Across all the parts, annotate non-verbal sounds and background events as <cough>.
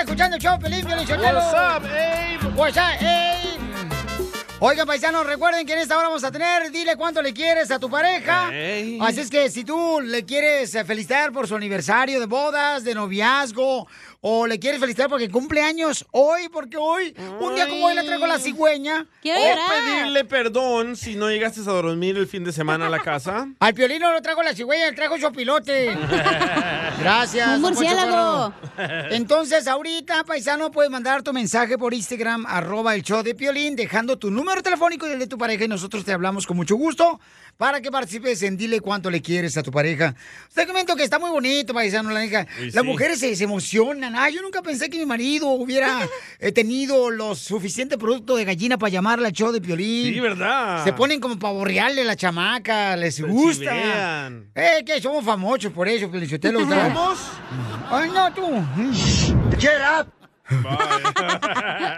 escuchando el show, Pelín, Pelín, What's up, Abe? What's up, Abe? Oigan, paisanos, recuerden que en esta hora vamos a tener Dile cuánto le quieres a tu pareja. Ey. Así es que si tú le quieres eh, felicitar por su aniversario de bodas, de noviazgo, o le quieres felicitar porque cumple años hoy, porque hoy, un día como hoy le traigo la cigüeña. O pedirle perdón si no llegaste a dormir el fin de semana a la casa. Al Piolín no lo trajo la cigüeña, le trajo <laughs> chopilote. Gracias. Un don Poncho murciélago. Corro. Entonces, ahorita, paisano, puedes mandar tu mensaje por Instagram, arroba el show de Piolín, dejando tu número telefónico y el de tu pareja y nosotros te hablamos con mucho gusto para que participes en Dile Cuánto Le Quieres a tu pareja. Usted comento que está muy bonito, paisano, la hija. Y Las sí. mujeres se, se emocionan. Ah, yo nunca pensé que mi marido <laughs> hubiera eh, tenido los suficientes productos de gallina para llamarla al show de Piolín. Sí, ¿verdad? Se ponen como pavorreales la chamaca, les gusta. chivean. Eh, que somos famosos por eso, Felicitelo. ¿Somos? Ay, no, tú. Get up.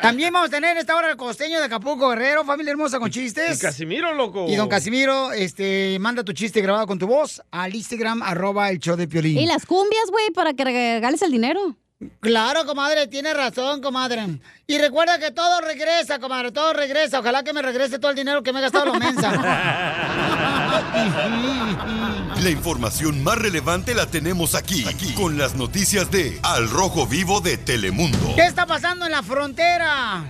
También vamos a tener en esta hora el costeño de Acapulco Guerrero, familia hermosa con chistes. Y Casimiro, loco. Y don Casimiro, este, manda tu chiste grabado con tu voz al Instagram, arroba el show de Piolín. Y las cumbias, güey, para que regales el dinero. Claro, comadre, tiene razón, comadre. Y recuerda que todo regresa, comadre, todo regresa. Ojalá que me regrese todo el dinero que me he gastado en la <laughs> mensa. La información más relevante la tenemos aquí, aquí, con las noticias de Al Rojo Vivo de Telemundo. ¿Qué está pasando en la frontera?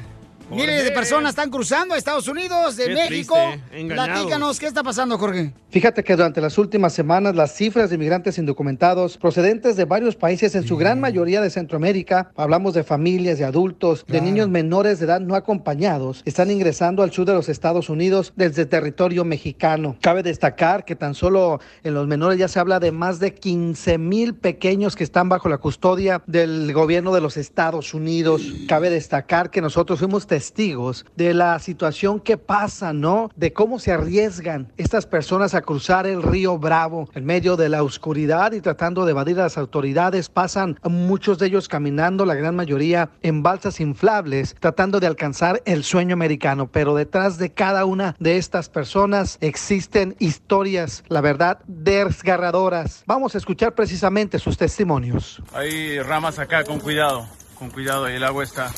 Miles de personas están cruzando a Estados Unidos, de Qué México. triste, engañados. Platícanos, ¿qué está pasando, Jorge? Fíjate que durante las últimas semanas las cifras de inmigrantes indocumentados procedentes de varios países, en su gran mayoría de Centroamérica, hablamos de familias, de adultos, de niños menores de edad no acompañados, están ingresando al sur de los Estados Unidos desde territorio mexicano. Cabe destacar que tan solo en los menores ya se habla de más de 15 mil pequeños que están bajo la custodia del gobierno de los Estados Unidos. Cabe destacar que nosotros fuimos testigos de la situación que pasa, ¿no? De cómo se arriesgan estas personas a cruzar el río Bravo en medio de la oscuridad y tratando de evadir a las autoridades. Pasan muchos de ellos caminando, la gran mayoría en balsas inflables, tratando de alcanzar el sueño americano. Pero detrás de cada una de estas personas existen historias, la verdad, desgarradoras. Vamos a escuchar precisamente sus testimonios. Hay ramas acá, con cuidado, con cuidado, el agua está.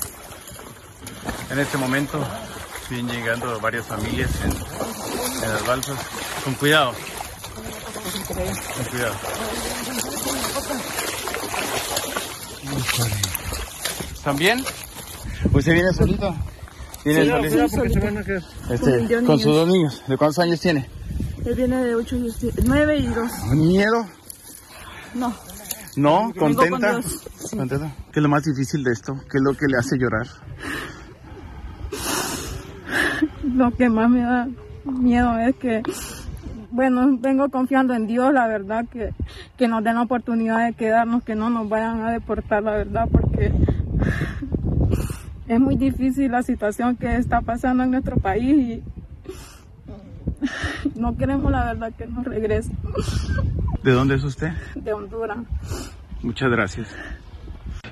En este momento siguen llegando varias familias en, en las balsas. Con cuidado, con cuidado. ¿Están bien? ¿Usted Pues viene solito? ¿Viene Sí, solito? sí, solito. Este, Con mis dos con sus niños. dos niños. ¿De cuántos años tiene? Él viene de 8 y 9 y 2. ¿Miedo? No. No, Vengo con contenta. Dios. contenta. ¿Qué es lo más difícil de esto? ¿Qué es lo que le hace llorar? <laughs> Lo que más me da miedo es que, bueno, vengo confiando en Dios, la verdad, que, que nos den la oportunidad de quedarnos, que no nos vayan a deportar, la verdad, porque es muy difícil la situación que está pasando en nuestro país y no queremos, la verdad, que nos regresen ¿De dónde es usted? de Honduras. Muchas gracias.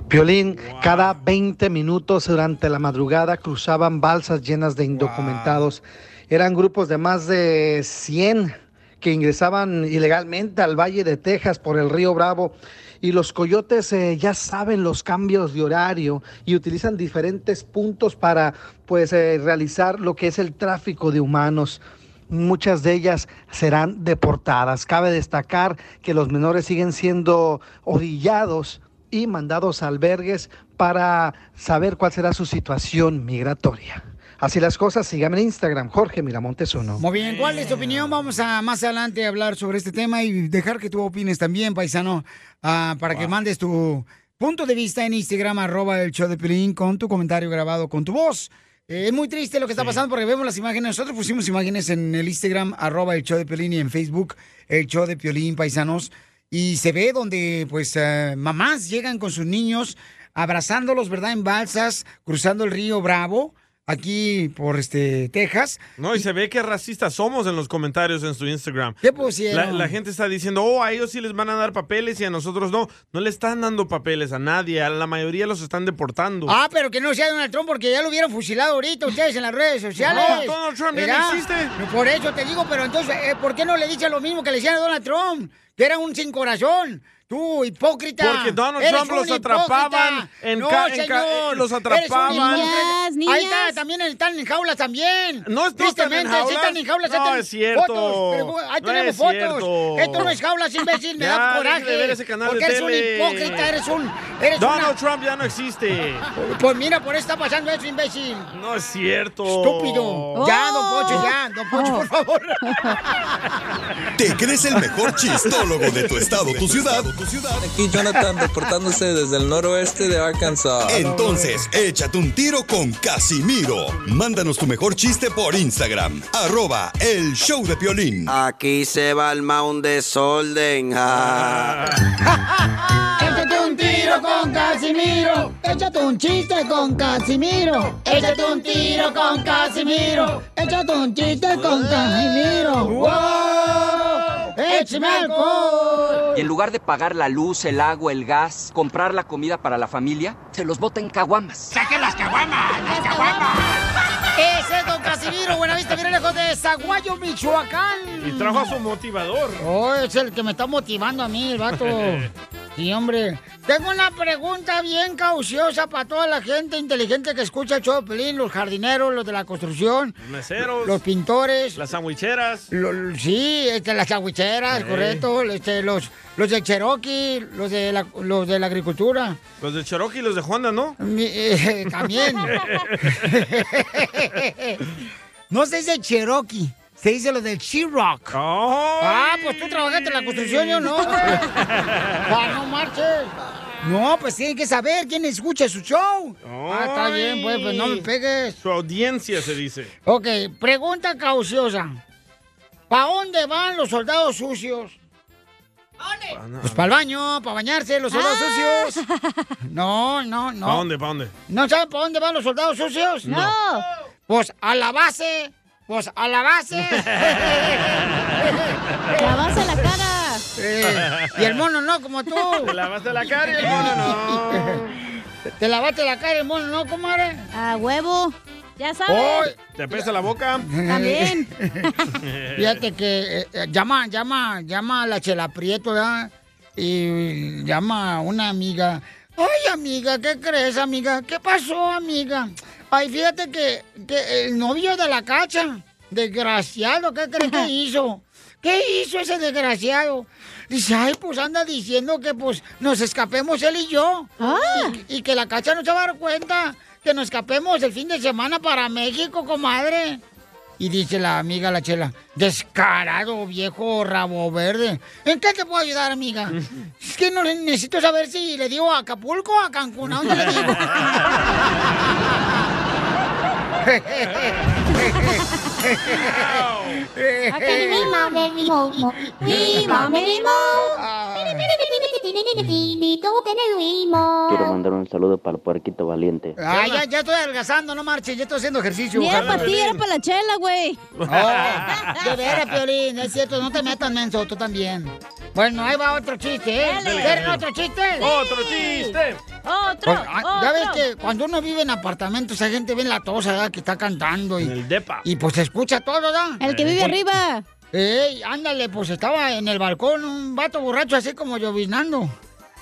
Piolín, cada 20 minutos durante la madrugada cruzaban balsas llenas de indocumentados. Eran grupos de más de 100 que ingresaban ilegalmente al Valle de Texas por el río Bravo. Y los coyotes eh, ya saben los cambios de horario y utilizan diferentes puntos para pues, eh, realizar lo que es el tráfico de humanos muchas de ellas serán deportadas. Cabe destacar que los menores siguen siendo orillados y mandados a albergues para saber cuál será su situación migratoria. Así las cosas, síganme en Instagram, Jorge Miramontes uno. Muy bien, ¿cuál es tu opinión? Vamos a más adelante hablar sobre este tema y dejar que tú opines también, paisano, ah, para que mandes tu punto de vista en Instagram, arroba el show de Piolín, con tu comentario grabado con tu voz. Eh, es muy triste lo que está pasando porque vemos las imágenes. Nosotros pusimos imágenes en el Instagram, arroba el show de Piolín, y en Facebook, el show de Piolín, paisanos. Y se ve donde, pues, eh, mamás llegan con sus niños abrazándolos, ¿verdad? En balsas, cruzando el río Bravo, aquí por este Texas. No, y se ve que racistas somos en los comentarios en su Instagram. ¿Qué pusieron? La, la gente está diciendo, oh, a ellos sí les van a dar papeles y a nosotros no. No le están dando papeles a nadie, a la mayoría los están deportando. Ah, pero que no sea Donald Trump porque ya lo hubieran fusilado ahorita ustedes en las redes sociales. No, Donald Trump ya no Mira, existe. Por eso te digo, pero entonces, eh, ¿por qué no le dice lo mismo que le decían a Donald Trump? Que era un sin corazón, Tú, hipócrita. Porque Donald Eres Trump un los atrapaban hipócrita. en no, ca- en ca- señor. los Eres un atrapaban. hipócrita. Niñas, Ahí está, niñas. también están en jaulas también. No están en Tristemente, sí jaulas. están en jaulas. ahí No, están es cierto. Fotos, pero ahí No tenemos es fotos. cierto. Esto no es jaulas, imbécil. Me Ya, da deje de coraje. ver ese canal de porque eres tele. un hipócrita, eres un... Eres Donald una- Trump ya no existe. <laughs> Pues mira, por eso está pasando eso, imbécil. No es cierto. Estúpido. Ya, Oh. don Pocho, ya. Don Pocho, <laughs> por favor. ¿Te crees el mejor chistólogo de tu estado, tu ciudad? Aquí Jonathan reportándose desde el noroeste de Arkansas. Entonces, échate un tiro con Casimiro. Mándanos tu mejor chiste por Instagram. Arroba el show de Piolín. Aquí se va el un desorden. Échate un tiro con Casimiro. Échate un chiste con Casimiro. Échate un tiro con Casimiro. Échate un chiste con Casimiro. ¡Wow! ¡Échame alcohol! Y en lugar de pagar la luz, el agua, el gas, comprar la comida para la familia, se los bota en caguamas. Ese es don Casimiro. Buena vista, mira lejos de Zaguayo, Michoacán. Y trajo a su motivador. Oh, es el que me está motivando a mí, el <laughs> vato. Sí, hombre. Tengo una pregunta bien cauciosa para toda la gente inteligente que escucha el show de Piolín, los jardineros, los de la construcción, Los meseros, los pintores, las sandwicheras. Lo- lo- sí, este, las agüicheras, Sí. correcto. Este, los, los de Cherokee, los de la, los de la agricultura. Los de Cherokee y los de Juanda, ¿no? Mi- eh, <laughs> <laughs> también. no se dice Cherokee, se dice los del She-Rock. ¡Oh! Ah, pues tú trabajaste en la construcción, yo no. güey. Ah, no marches. No, pues tienen que saber quién escucha su show. Ah, está bien, pues, pues no me pegues. Su audiencia se dice. Ok, pregunta cauciosa. ¿Para dónde van los soldados sucios? Pues para el baño, para bañarse, los Ah. <laughs> soldados sucios. No, no, ¿Para no. dónde? ¿Para dónde? ¿No saben para dónde van los soldados sucios? No. Pues a la base. Pues a la base. Lavarse <laughs> la cara. Eh, y el mono no, como tú. Te lavaste la cara y el mono no. Te lavaste la cara, el mono no, comadre. A huevo. Ya Hoy. sabes. Te apesta la boca. También. <laughs> Fíjate que eh, eh, llama, llama, llama a la Chela Prieto, ¿verdad? Y llama a una amiga. Ay, amiga, ¿qué crees, amiga? ¿Qué pasó, amiga? Ay, fíjate que, que el novio de la cacha, desgraciado, ¿qué crees que hizo? ¿Qué hizo ese desgraciado? Dice, ay, pues anda diciendo que pues nos escapemos él y yo. Ah. Y, y que la cacha no se va a dar cuenta que nos escapemos el fin de semana para México, comadre. Y dice la amiga la chela, descarado viejo rabo verde. ¿En qué te puedo ayudar, amiga? Es que no necesito saber si le digo a Acapulco o a Cancún. ¿A dónde le digo? <laughs> Quiero mandar un saludo para el puerquito valiente. Ay, Ah, ya, ya estoy adelgazando, no marches, ya estoy haciendo ejercicio. Ni era ojalá. para ti, era para la chela, güey. Oh, de veras, Piolín, es cierto, no te metas, menso, tú también. Bueno, ahí va otro chiste, ¿eh? Dale. ¿Quieren otro chiste? ¡Otro chiste! Otro. Pues, ah, ya ves otro. que cuando uno vive en apartamentos, esa gente ve la tosa ¿verdad? que está cantando En y, el depa. y pues se escucha todo, ¿verdad? El que vive arriba. Eh, Ey, ándale, pues estaba en el balcón un vato borracho así como lloviznando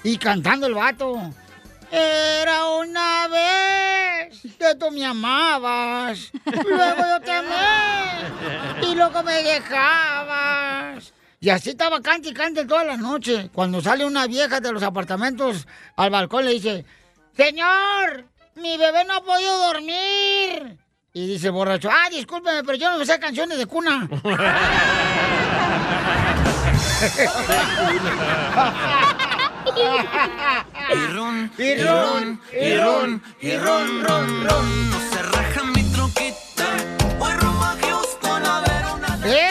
y cantando el vato. Era una vez que tú me amabas, luego yo te amé y luego me dejabas. Y así estaba cante y cante toda la noche. Cuando sale una vieja de los apartamentos al balcón le dice, Señor, mi bebé no ha podido dormir. Y dice el borracho, ah, discúlpeme, pero yo no sé canciones de cuna. Y ron, y ron, y ron, ron, ron.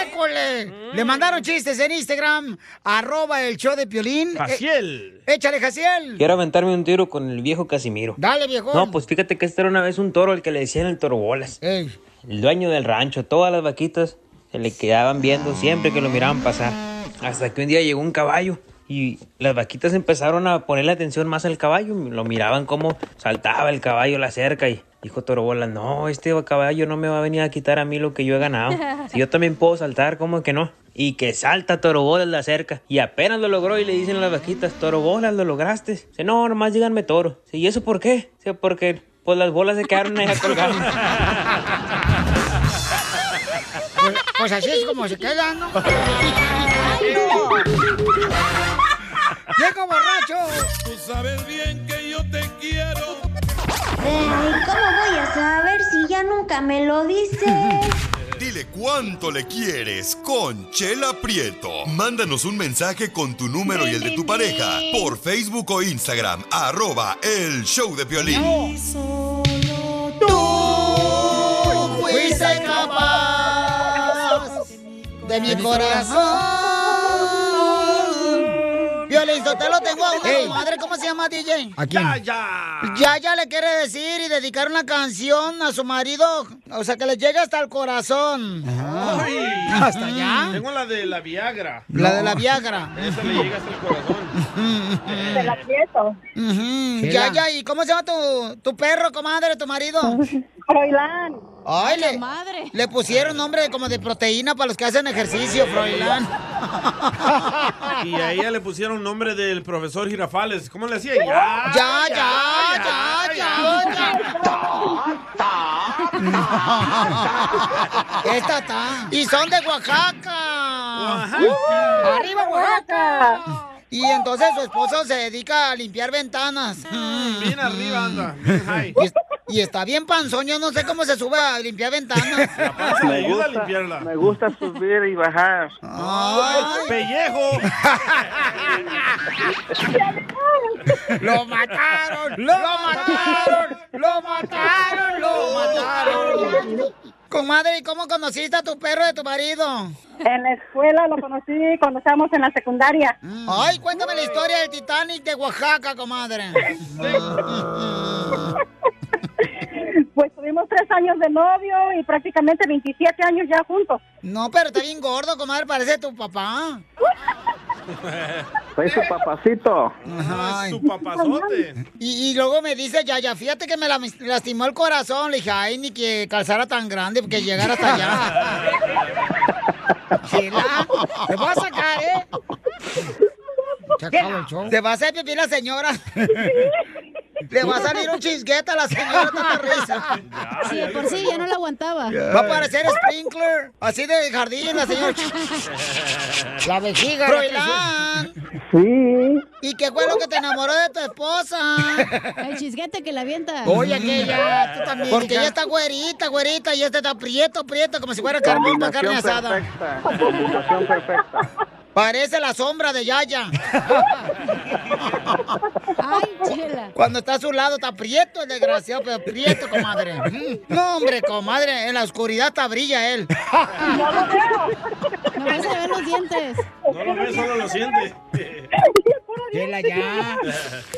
¡École! Le mandaron chistes en Instagram, arroba el show de Piolín. Eh, Jaciel. échale, Jaciel. Quiero aventarme un tiro con el viejo Casimiro. Dale, viejo. No, pues fíjate que este era una vez un toro al que le decían el toro bolas. Ey, El dueño del rancho, todas las vaquitas se le quedaban viendo siempre que lo miraban pasar. Hasta que un día llegó un caballo y las vaquitas empezaron a ponerle atención más al caballo. Lo miraban cómo saltaba el caballo la cerca y Dijo Torobola, no, este caballo no me va a venir a quitar a mí lo que yo he ganado. Si yo también puedo saltar, ¿cómo que no? Y que salta Torobola la cerca. Y apenas lo logró y le dicen a las vaquitas, Torobola, lo lograste. Dice, no, nomás díganme toro. Dice, ¿y eso por qué? Dice, porque pues las bolas se quedaron ahí a colgar. Pues, <laughs> pues así es como se quedan, ¿no? ¡Llego borracho! Tú sabes bien que yo te quiero. Ay, ¿cómo voy a saber si ya nunca me lo dices? <laughs> Dile cuánto le quieres con Chela Prieto. Mándanos un mensaje con tu número y el de tu pareja por Facebook o Instagram, arroba el show de violín. Tú fuiste capaz de mi corazón. Violín, te lo tengo a una comadre, ¿cómo se llama, DJ? ¿A quién? Ya, ya. Ya, ya le quiere decir y dedicar una canción a su marido, o sea, que le llegue hasta el corazón. Ah. Ay. ¿Hasta allá? Tengo la de la Viagra. La de la Viagra. Esa le llega hasta el corazón. De la Prieto. Ya, ya, ¿y cómo se llama tu, tu perro, comadre, tu marido? <laughs> Froilán. Ay, le, le pusieron nombre como de proteína para los que hacen ejercicio, Froilán. Y a ella le pusieron nombre del profesor Girafales. ¿Cómo le hacía? Ya, Ya, ya, Ah, ya, ya, ya. Esta está. Y son de Oaxaca. ¡Arriba, Oaxaca! Y entonces su esposo se dedica a limpiar ventanas. Mm, Bien arriba anda. Y, y está bien panzón, yo no sé cómo se sube a limpiar ventanas. Me ayuda a limpiarla. Me gusta subir y bajar. ¡Ay! ¡Pellejo! ¡Lo mataron! ¡Lo mataron! ¡Lo mataron! ¡Lo mataron! Comadre, ¿y cómo conociste a tu perro de tu marido? En la escuela lo conocí cuando estábamos en la secundaria. Ay, cuéntame la historia del Titanic de Oaxaca, <laughs> comadre. Pues tuvimos tres años de novio y prácticamente 27 años ya juntos. No, pero está bien gordo, comadre, parece tu papá. Soy su papacito. Ay. Y, y luego me dice, ya, ya, fíjate que me la- lastimó el corazón. Le dije, ay, ni que calzara tan grande porque llegara hasta <laughs> allá. Chela, te voy a sacar, ¿eh? Se acaba el show. Te va a hacer pipí <laughs> la señora. Le va a salir un chisgueta a la señora tanta risa. <laughs> Sí, de por sí, ya no la aguantaba. Va a parecer sprinkler, así de jardín, la señora. <laughs> La vejiga. eh. Froilán. Sí. ¿Y qué fue lo que te enamoró de tu esposa? El chisguete que la avienta. Oye, <laughs> aquella, tú también. Porque Porque ella está güerita, güerita, y este está prieto, prieto, como si fuera carbón para carne Combinación asada. perfecta. Combinación perfecta. Parece la sombra de Yaya. Ay, chela. Cuando está a su lado está prieto el desgraciado, pero prieto, comadre. Mm. No, hombre, comadre, en la oscuridad está brilla él. No lo veo. No vas a ver los dientes. No lo ves, solo lo sientes. Chela, Ah, ya.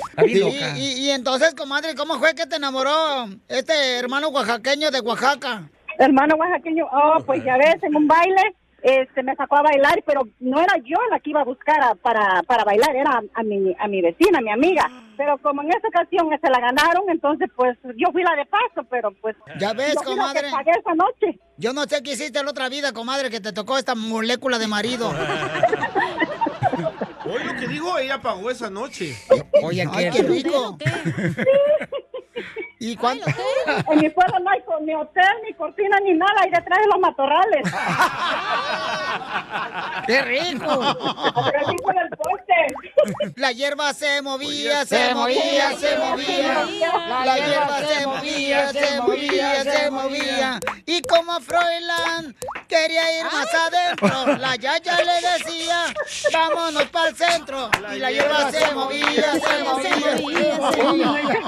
Está bien Y, loca. y- y entonces, comadre, ¿cómo fue que te enamoró este hermano oaxaqueño de Oaxaca? Hermano oaxaqueño, oh, pues ya ves, en un baile este, me sacó a bailar, pero no era yo la que iba a buscar a- para, para bailar, era a, a mi, a mi vecina, mi amiga. Pero como en esa ocasión se la ganaron, entonces pues yo fui la de paso, pero pues... Ya ves, yo fui la que comadre. pagué esa noche. Yo no sé qué hiciste la otra vida, comadre, que te tocó esta molécula de <laughs> marido. Hoy lo que digo, ella pagó esa noche. Oye, Ay, qué rico. ¿Y cuánto? En mi pueblo no hay co- ni hotel, ni cortina, ni nada, ahí detrás de los matorrales. <laughs> ¡Qué rico! <laughs> La hierba se movía, se movía, se movía. La hierba se movía, se movía, se movía. Y como Froilán quería ir más adentro, <laughs> la yaya le decía, vámonos para el centro. Y la hierba se movía, se movía, se movía.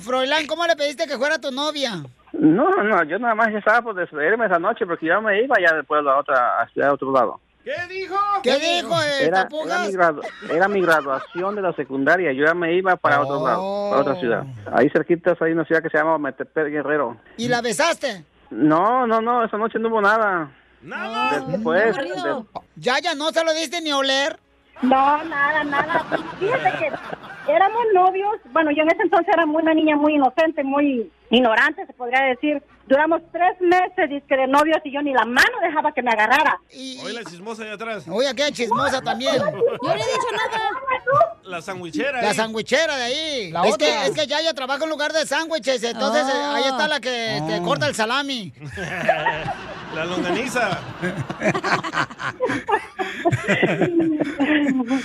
Froilán, ¿cómo le pediste que fuera tu novia? No, no, yo nada más estaba por despedirme esa noche porque yo me iba ya después a otra a estudiar a otro lado. ¿Qué dijo? ¿Qué dijo Eh, eh, el Era, era tapugas? mi gradu- era mi graduación de la secundaria, yo ya me iba para otro lado, para otra ciudad. Ahí cerquitas hay una ciudad que se llama Metepec Guerrero. ¿Y la besaste? No, no, no, esa noche no hubo nada. Nada. Después, de- Ya, ya, no se lo diste ni oler. No, nada, nada. Fíjate que éramos novios. Bueno, yo en ese entonces era muy- una niña muy inocente, muy ignorante, se podría decir. Duramos tres meses disque de novios y yo ni la mano dejaba que me agarrara. Oye, la chismosa allá atrás. Oye, qué chismosa también. Yo no he dicho nada. La sandwichera. La ahí. sandwichera de ahí. La es, otra. que, es que Yaya trabaja en un lugar de sándwiches, entonces Oh. eh, ahí está la que te corta el salami. La longaniza.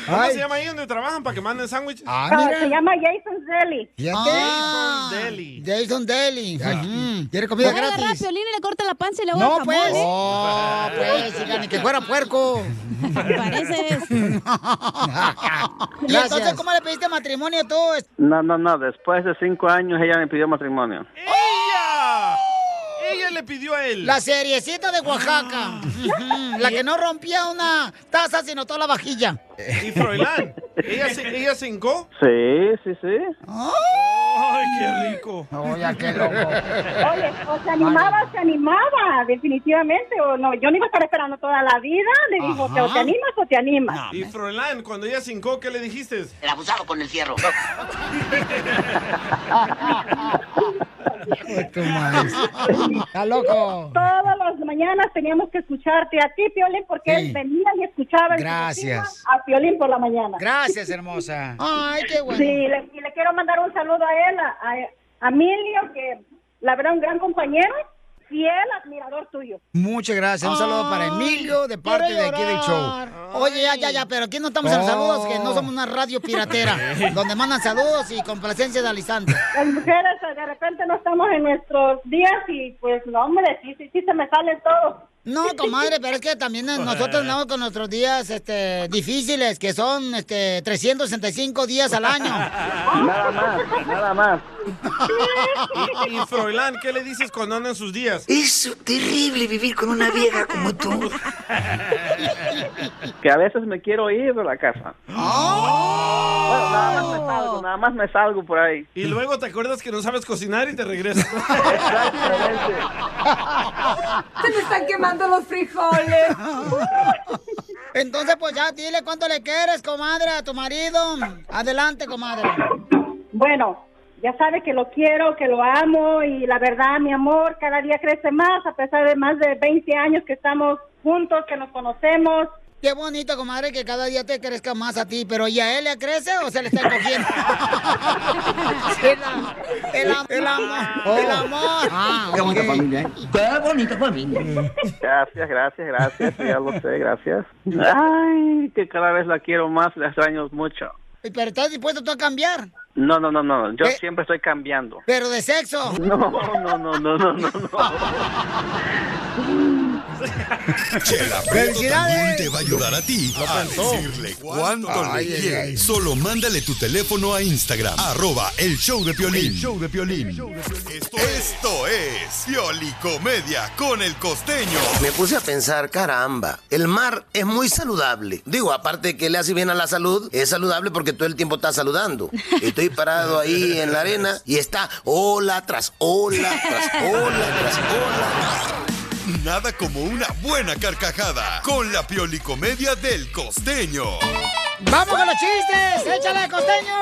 ¿Cómo Ay. se llama ahí donde trabajan para que manden sándwiches? Ah, Ah, se llama Jason Zelly. Ah. Jason Deli. Jason Deli. Ujú. ¿Quiere comida Voy a agarrar a gratis? Piolín y le corta la panza y le voy No, a pues. ¿eh? Oh, pues, hija, ni que <laughs> fuera puerco. Pareces. ¿Y entonces cómo le pediste matrimonio tú? No, no, no. Después de cinco años ella me pidió matrimonio. ¡Ella! Ella le pidió a él. Ah. La seriecita de Oaxaca. Ujú, la que no rompía una taza, sino toda la vajilla. ¿Y Froilán? ¿Ella se, ella se hincó? Sí, sí, sí. ¡Ay, qué rico! Oye, qué loco. Oye, o se animaba, se animaba, definitivamente, o no. Yo no iba a estar esperando toda la vida. Le dijo, Ajá. ¿o te animas o te animas? ¿Y Froilán, cuando ella se hincó, qué le dijiste? El abusado con el fierro. Está loco. Todas las mañanas teníamos que escucharte a ti, Piolín, porque Sí. él venía y escuchaba el Gracias. programa a Piolín por la mañana. Gracias, hermosa. Ay, qué bueno. Sí, le, y le quiero mandar un saludo a él, a, a- a Emilio, que la verdad un gran compañero, fiel admirador tuyo. Muchas gracias. Un saludo para Emilio de parte de aquí del show. Oye, ya, ya, ya, pero aquí no estamos en los Oh. saludos, que no somos una radio piratera, donde mandan saludos y complacencia de Alisandro. Las mujeres eh, de repente no estamos en nuestros días y pues no, hombre, sí, sí, sí se me sale todo. No, comadre, pero es que también nosotros andamos con nuestros días este, difíciles, que son este, 365 días al año. <laughs> Nada más, nada más. ¿Y, y Froilán, qué le dices cuando andan sus días? Es terrible vivir con una vieja como <laughs> tú. Que a veces me quiero ir de la casa. Bueno, nada más me salgo, nada más me salgo por ahí. ¡Oh! Y luego te acuerdas que no sabes cocinar y te regresas. Se me están quemando los frijoles. <laughs> Entonces, pues ya dile cuánto le quieres, comadre, a tu marido. Adelante, comadre. Bueno, ya sabe que lo quiero, que lo amo y la verdad, mi amor, cada día crece más a pesar de más de 20 años que estamos juntos, que nos conocemos. Qué bonito, comadre, que cada día te crezca más a ti, pero ¿y a él le crece o se le está cogiendo? el, am- el am- el am- Oh. el amor. Qué bonita familia, ¿eh? Qué bonita familia. Gracias, gracias, gracias. Ya lo sé, gracias. Ay, que cada vez la quiero más, la extraño mucho. Y Pero estás dispuesto tú a cambiar, No, no, no, no. Yo ¿Qué? siempre estoy cambiando. pero de sexo. No, no, no, no, no, no. Chela Prieto Felicidades. también te va a ayudar a ti a decirle cuánto Ay, le ay, ay. quieres. Solo mándale tu teléfono a Instagram, arroba el show de Piolín. El show de Esto es Pioli Comedia con el costeño. Me puse a pensar, caramba, el mar es muy saludable. Digo, aparte de que le hace bien a la salud, es saludable porque todo el tiempo está saludando. Estoy parado ahí en la arena y está ola tras ola tras ola tras Nada como una buena carcajada con la Pioli Comedia del costeño. ¡Vamos con los chistes! ¡Échale, costeño!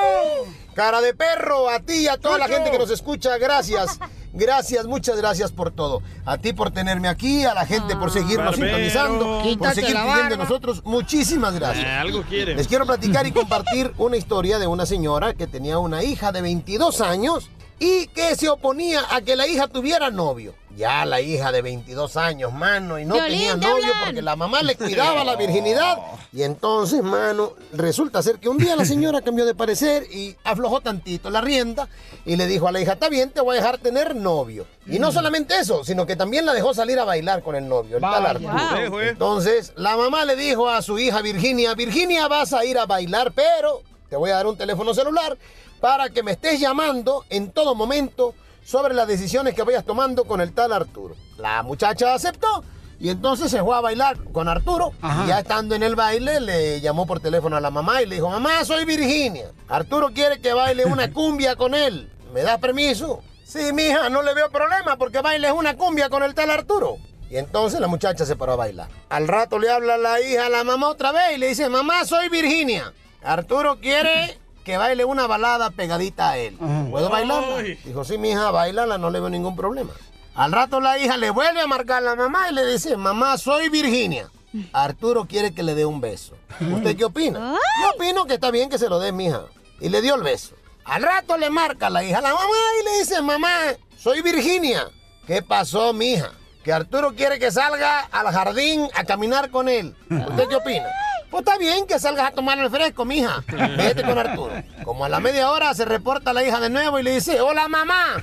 Cara de perro, a ti y a toda la gente que nos escucha, gracias. Gracias, muchas gracias por todo. A ti por tenerme aquí, a la gente Ah. por seguirnos Barbero. sintonizando, por Quítate seguir la pidiendo barba. de nosotros. Muchísimas gracias. Ah, Eh, algo quiere. Les quiero platicar <laughs> y compartir una historia de una señora que tenía una hija de 22 años y que se oponía a que la hija tuviera novio. Ya la hija de 22 años, mano, y no Violín, tenía te novio hablan. porque la <laughs> mamá le cuidaba la virginidad. Y entonces, mano, resulta ser que un día la señora cambió de parecer y aflojó tantito la rienda y le dijo a la hija, está bien, te voy a dejar tener novio. Y Mm. no solamente eso, sino que también la dejó salir a bailar con el novio, el tal Vaya. Arturo. Dejo, eh. Entonces, la mamá le dijo a su hija Virginia, Virginia, vas a ir a bailar, pero te voy a dar un teléfono celular para que me estés llamando en todo momento sobre las decisiones que vayas tomando con el tal Arturo. La muchacha aceptó y entonces se fue a bailar con Arturo. Y ya estando en el baile, le llamó por teléfono a la mamá y le dijo, mamá, soy Virginia. Arturo quiere que baile una cumbia con él. ¿Me das permiso? Sí, mija, no le veo problema porque bailes una cumbia con el tal Arturo. Y entonces la muchacha se paró a bailar. <laughs> Al rato le habla la hija a la mamá otra vez y le dice, mamá, soy Virginia. Arturo quiere que baile una balada pegadita a él. ¿Puedo bailarla? Dijo, sí, mi hija, bailala, no le veo ningún problema. Al rato la hija le vuelve a marcar a la mamá y le dice, mamá, soy Virginia. Arturo quiere que le dé un beso. ¿Usted qué opina? Yo opino que está bien que se lo dé, mija. Y le dio el beso. Al rato le marca la hija a la mamá y le dice, mamá, soy Virginia. ¿Qué pasó, mija? Que Arturo quiere que salga al jardín a caminar con él. ¿Usted qué opina? Pues está bien que salgas a tomar el fresco, mija. Vete con Arturo. Como a la media hora se reporta la hija de nuevo y le dice, hola mamá.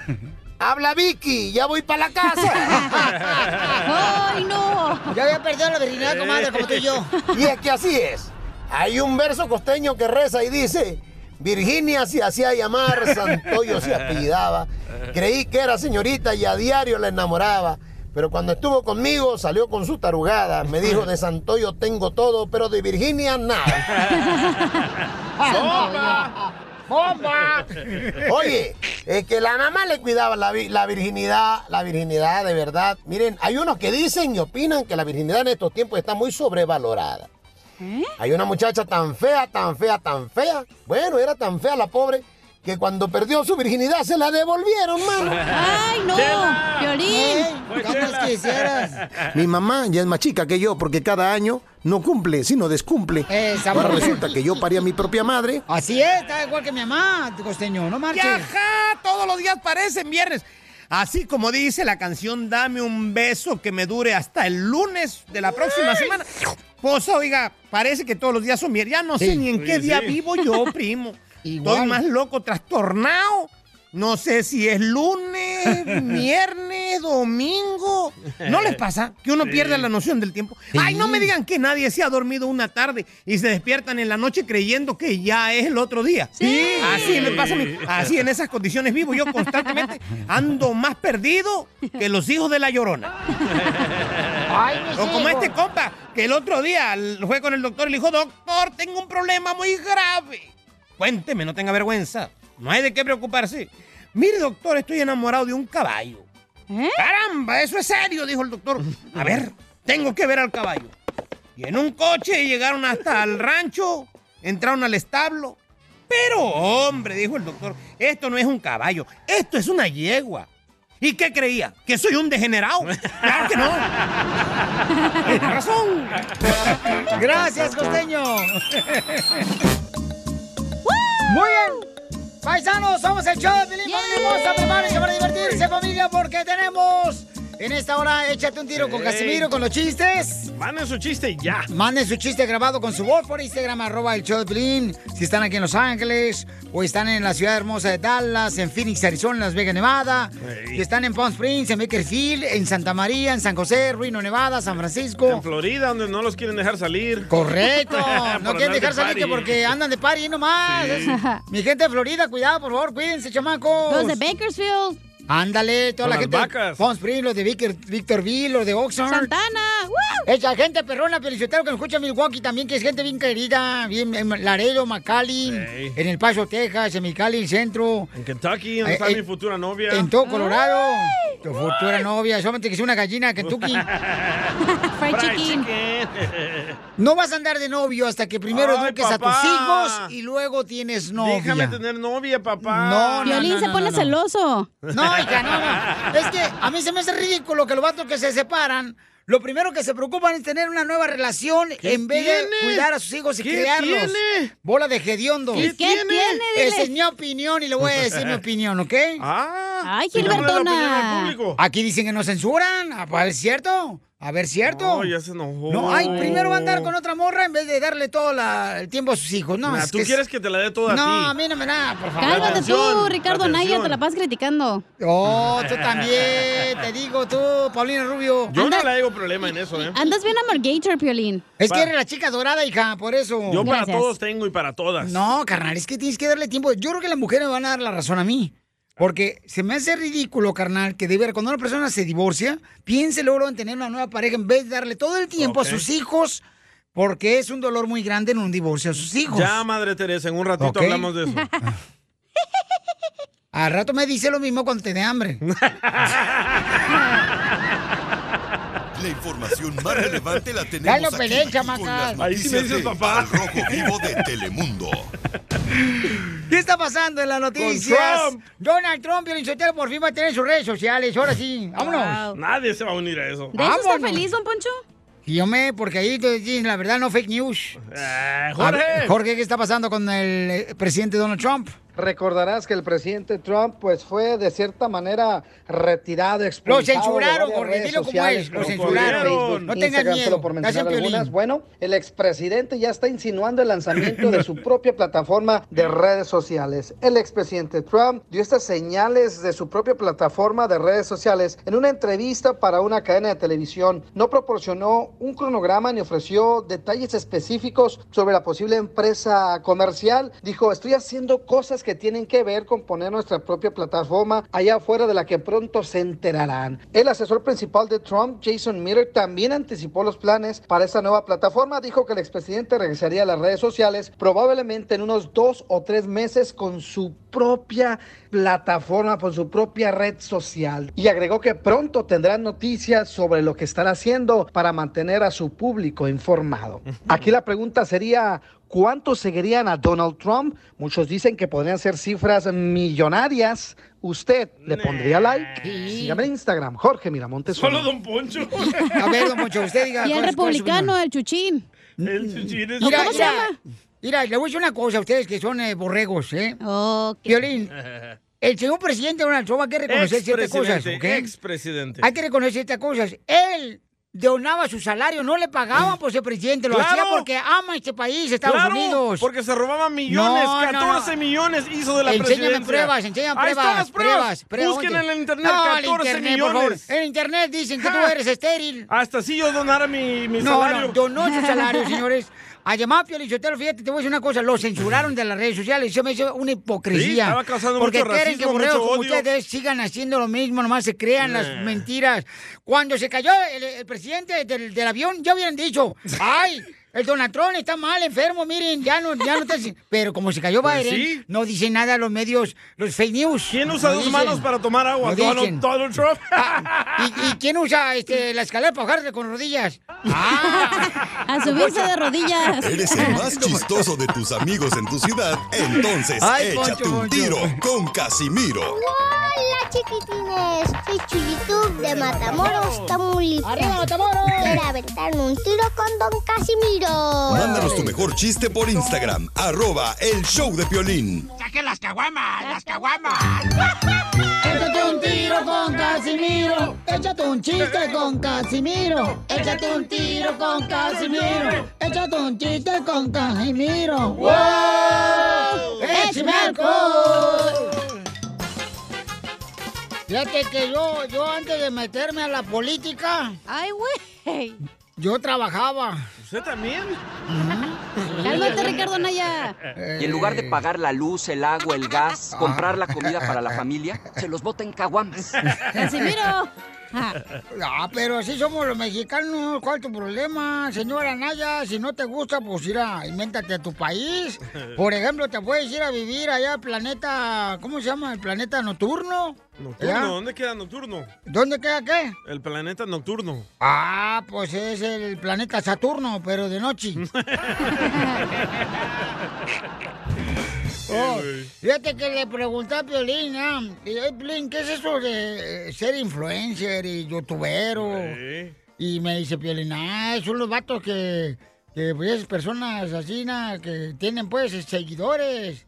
Habla Vicky, ya voy para la casa. <laughs> ¡Ay, no! Ya había perdido la virginidad, comadre, como tú y yo. Eh. Y es que así es. Hay un verso costeño que reza y dice: Virginia se hacía llamar, Santoyo se apellidaba. Creí que era señorita y a diario la enamoraba. Pero cuando estuvo conmigo, salió con su tarugada. Me dijo: De Santoyo tengo todo, pero de Virginia nada. <laughs> Ah. ¡Bomba! ¡Bomba! Oye, es que la mamá le cuidaba la, vi- la virginidad, la virginidad de verdad. Miren, hay unos que dicen y opinan que la virginidad en estos tiempos está muy sobrevalorada. ¿Eh? Hay una muchacha tan fea, tan fea, tan fea. Bueno, era tan fea la pobre que cuando perdió su virginidad se la devolvieron, mano. ¡Ay, no! Chela. Piolín. Fue Jamás Chela. quisieras. Mi mamá ya es más chica que yo porque cada año no cumple, sino descumple. Ahora mujer. resulta que yo parí a mi propia madre. Así es, está igual que mi mamá, costeño, no marches. ¡Ajá! Todos los días parecen viernes. Así como dice la canción Dame un beso que me dure hasta el lunes de la próxima semana. Pues oiga, parece que todos los días son viernes. Ya no sé Sí. ni en qué Oye, día sí. <laughs> vivo yo, primo. Estoy Igual. más loco, trastornado. No sé si <laughs> es lunes, viernes, domingo. ¿No les pasa que uno Sí. pierde la noción del tiempo? Ay, no me digan que nadie se ha dormido una tarde y se despiertan en la noche creyendo que ya es el otro día. Sí. Así me pasa a mí. Así en esas condiciones vivo yo constantemente. Ando más perdido que los hijos de la llorona. o como este compa, que el otro día l- fue con el doctor y le dijo, doctor, tengo un problema muy grave. Cuénteme, no tenga vergüenza. No hay de qué preocuparse. Mire, doctor, estoy enamorado de un caballo. Caramba, eso es serio, dijo el doctor. A ver, tengo que ver al caballo. Y en un coche llegaron hasta el rancho, entraron al establo. Pero hombre, dijo el doctor, esto no es un caballo, esto es una yegua. ¿Y qué creía? ¿Que soy un degenerado? Claro que no. Tiene razón. Gracias, costeño. Muy bien. Paisanos, somos el show de Pilín, familia hermosa. Prepárense para divertirse, familia, porque tenemos en esta hora Échate un tiro con Ey. Casimiro con los chistes. Manden su chiste ya. Manden su <laughs> chiste grabado con su voz por Instagram, arroba el show de Pilín. Si están aquí en Los Ángeles o están en la ciudad hermosa de Dallas, en Phoenix, Arizona, en Las Vegas, Nevada. Ey. Si están en Palm Springs, en Bakersfield, en Santa María, en San José, Ruino, Nevada, San Francisco. En Florida, donde no los quieren dejar salir. <laughs> Correcto. Por No andar quieren de dejar salir party. que porque andan de party nomás. Sí. Es- <laughs> Mi gente de Florida, cuidado, por favor, cuídense, chamacos. Los de Bakersfield. Ándale, Con toda la las gente. vacas. Palm Springs, los de Vicker- Victorville, los de Oxford. Santana. Esa gente perrona, felicitero que nos escucha en Milwaukee también, que es gente bien querida. Bien, en Laredo, McAllen, Sí. en El Paso, Texas, en Mexicali, el centro. En Kentucky, donde Eh, está eh, mi futura novia. En Ah. todo Colorado. Tu futura novia, solamente que sea una gallina de Kentucky. <laughs> Fried chicken. No vas a andar de novio hasta que primero Ay, eduques papá. a tus hijos y luego tienes novia. Déjame tener novia, papá. No, no, Violín no, se no, pone no. celoso. No, hija, no, no. Es que a mí se me hace ridículo que los vatos que se separan, lo primero que se preocupan es tener una nueva relación en vez tiene? de cuidar a sus hijos y ¿Qué criarlos. tiene? Bola de gediondo. ¿Qué ¿Y qué tiene? tiene? Dile. Esa es mi opinión y le voy a decir mi opinión, ¿ok? <laughs> Ah. Ay, Gilbertona. Digámosle la opinión al público. Aquí dicen que no censuran. A ver, ¿cierto? A ver, ¿cierto? No, ya se enojó. Ah, pues, No, ay, primero va a eh. andar con otra morra en vez de darle todo la- el tiempo a sus hijos. No, Nah, es tú que- quieres que te la dé toda No, a a ti. mí no me da, por favor. Cálmate tú, Atención, Ricardo Naya, atención. te la pasas criticando. Oh, tú también, te digo tú, Paulina Rubio. Yo no le hago problema en eso, ¿eh? Andas bien amargator, Piolín. Es que eres la chica dorada, hija, por eso. Yo para todos tengo y para todas. No, carnal, es que tienes que darle tiempo. Yo creo que las mujeres me van a dar la razón a mí. Porque se me hace ridículo, carnal, que de ver, cuando una persona se divorcia, piense luego en tener una nueva pareja en vez de darle todo el tiempo Ok. a sus hijos, porque es un dolor muy grande en un divorcio a sus hijos. Ya, madre Teresa, en un ratito Ok. hablamos de eso. Al rato me dice lo mismo cuando te dé <laughs> hambre. La información más relevante la tenemos Ya lo peleé, aquí con chamacas. las noticias de Al Rojo Vivo de Telemundo. ¿Qué está pasando en las noticias? Con Trump. Donald Trump, Piolín Sotelo, por fin va a tener sus redes sociales. Ahora sí, <laughs> vámonos. Nadie se va a unir a eso. ¿De eso está Vámonos. ¿Feliz, don Poncho? Y yo me, porque ahí te dicen la verdad, no fake news. Jorge. A ver, Eh, Jorge, ¿qué está pasando con el eh, presidente Donald Trump? Recordarás que el presidente Trump pues fue de cierta manera retirado, expulsado. de censuraron, varias Jorge, redes dilo como sociales, es, lo como censuraron. Facebook, No tengas Instagram, miedo, solo por estás en mencionar Piolín. algunas. Bueno, el expresidente ya está insinuando el lanzamiento de su propia plataforma de redes sociales. El expresidente Trump dio estas señales de su propia plataforma de redes sociales en una entrevista para una cadena de televisión. No proporcionó un cronograma ni ofreció detalles específicos sobre la posible empresa comercial. Dijo, estoy haciendo cosas que tienen que ver con poner nuestra propia plataforma allá afuera de la que pronto se enterarán. El asesor principal de Trump, Jason Miller, también anticipó los planes para esta nueva plataforma. Dijo que el expresidente regresaría a las redes sociales probablemente en unos dos o tres meses con su propia plataforma, con su propia red social. Y agregó que pronto tendrán noticias sobre lo que están haciendo para mantener a su público informado. Aquí la pregunta sería, ¿Cuántos seguirían a Donald Trump? Muchos dicen que podrían ser cifras millonarias. ¿Usted le pondría like? Sígame en Instagram, Jorge Miramontes. uno. Poncho. <laughs> A ver, don Poncho, usted diga. Y el ¿cuál es- cuál es su republicano, el chuchín. El chuchín opinión? Mira, mira, Mira, le voy a decir una cosa a ustedes que son eh, borregos, ¿eh? Violín, el señor presidente Donald Trump hay que reconocer ciertas cosas, ¿ok? Expresidente. Hay que reconocer ciertas cosas. Él donaba su salario, no le pagaban por ser presidente, lo Claro. hacía porque ama este país, Estados Claro, Unidos. Porque se robaban millones, No, no, no. 14 millones hizo de la Enséñame presidencia. pruebas, enséñame Ahí pruebas. están las pruebas. pregúntale. Busquen en el internet No, el 14 internet, por favor. millones. En internet dicen que tú Ja. eres estéril. Hasta si yo donara mi, mi no, salario. No, donó su <laughs> salario, señores. Además, Pio Lichotero, fíjate, te voy a decir una cosa, lo censuraron de las redes sociales, eso me hizo una hipocresía. Sí, estaba causando Porque mucho quieren racismo, que borregos mucho como odio. Eh. ustedes sigan haciendo lo mismo, nomás se crean Nah. las mentiras. Cuando se cayó el, el presidente del, del avión, ya hubieran <laughs> dicho, ¡ay! El Donatrón está mal, enfermo, miren, ya no, ya no está... así". Pero como se cayó Pues Biden, sí. no dice nada los medios, los fake news. ¿Quién usa dos manos para tomar agua? Donald- Donald Trump. Ah, ¿y, y quién usa este, la escalera para bajarse con rodillas? Ah. <laughs> A subirse de rodillas. Eres <laughs> el más chistoso de tus amigos en tu ciudad, entonces Ay, échate Poncho, un Poncho. tiro con Casimiro. Hola chiquitines, soy Chuyitub de Matamoros, Tamaulipas. ¡Arriba, Matamoros! Quiero aventarme un tiro con Don Casimiro. Mándanos tu mejor chiste por Instagram, arroba el show de Piolín. ¡Saquen las caguamas! ¡Las caguamas! Échate un tiro con Casimiro. Échate un chiste con Casimiro. Échate un tiro con Casimiro. Échate un chiste con Casimiro. ¡Wow! ¡Échame alcohol! Fíjate que yo, yo antes de meterme a la política. ¡Ay, güey! Yo trabajaba. ¿Usted también? Ah. Cálmate, <laughs> Ricardo Naya. Y en lugar de pagar la luz, el agua, el gas, comprar la comida para la familia, se los bota en caguamas. ¡Casimiro! Ah, pero así somos los mexicanos, ¿cuál es tu problema? Señora Naya, si no te gusta, pues ir a, invéntate a tu <laughs> país. Por ejemplo, te puedes ir a vivir allá al planeta, ¿cómo se llama? El planeta nocturno. Nocturno, ¿Ya? ¿dónde queda nocturno? ¿Dónde queda qué? El planeta nocturno. Ah, pues es el planeta Saturno, pero de <laughs> noche. Oh, fíjate que le pregunté a Piolín, ah, y, "Ey, Piolín, ¿qué es eso de eh, ser influencer y youtubero? Y me dice Piolín, ah, son los vatos que, que pues, personas así, na, que tienen pues seguidores.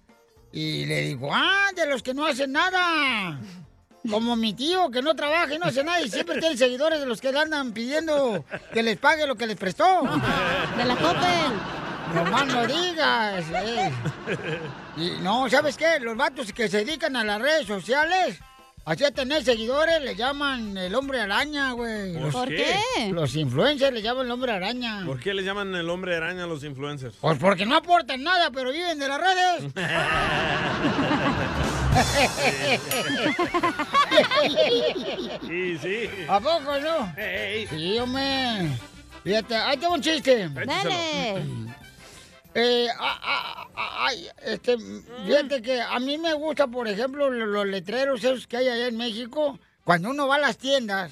Y le digo, ah, de los que no hacen nada. Como mi tío, que no trabaja y no hace nada y siempre tiene seguidores de los que le andan pidiendo que les pague lo que les prestó. <laughs> De la Coppel. No más no digas. eh. Y no, ¿sabes qué? Los vatos que se dedican a las redes sociales, así a tener seguidores, le llaman el hombre araña, güey. ¿Por Los- ¿Por qué? qué? Los influencers le llaman el hombre araña. ¿Por qué le llaman el hombre araña a los influencers? Ah. Pues porque <laughs> no aportan nada, pero viven de las redes. <laughs> Sí, sí. ¿A poco no? Sí, hombre. Fíjate, ahí tengo un chiste. Dale. Eh, ah, ah, ah, ay, este, fíjate que a mí me gusta, por ejemplo, lo- los letreros esos que hay allá en México. Cuando uno va a las tiendas,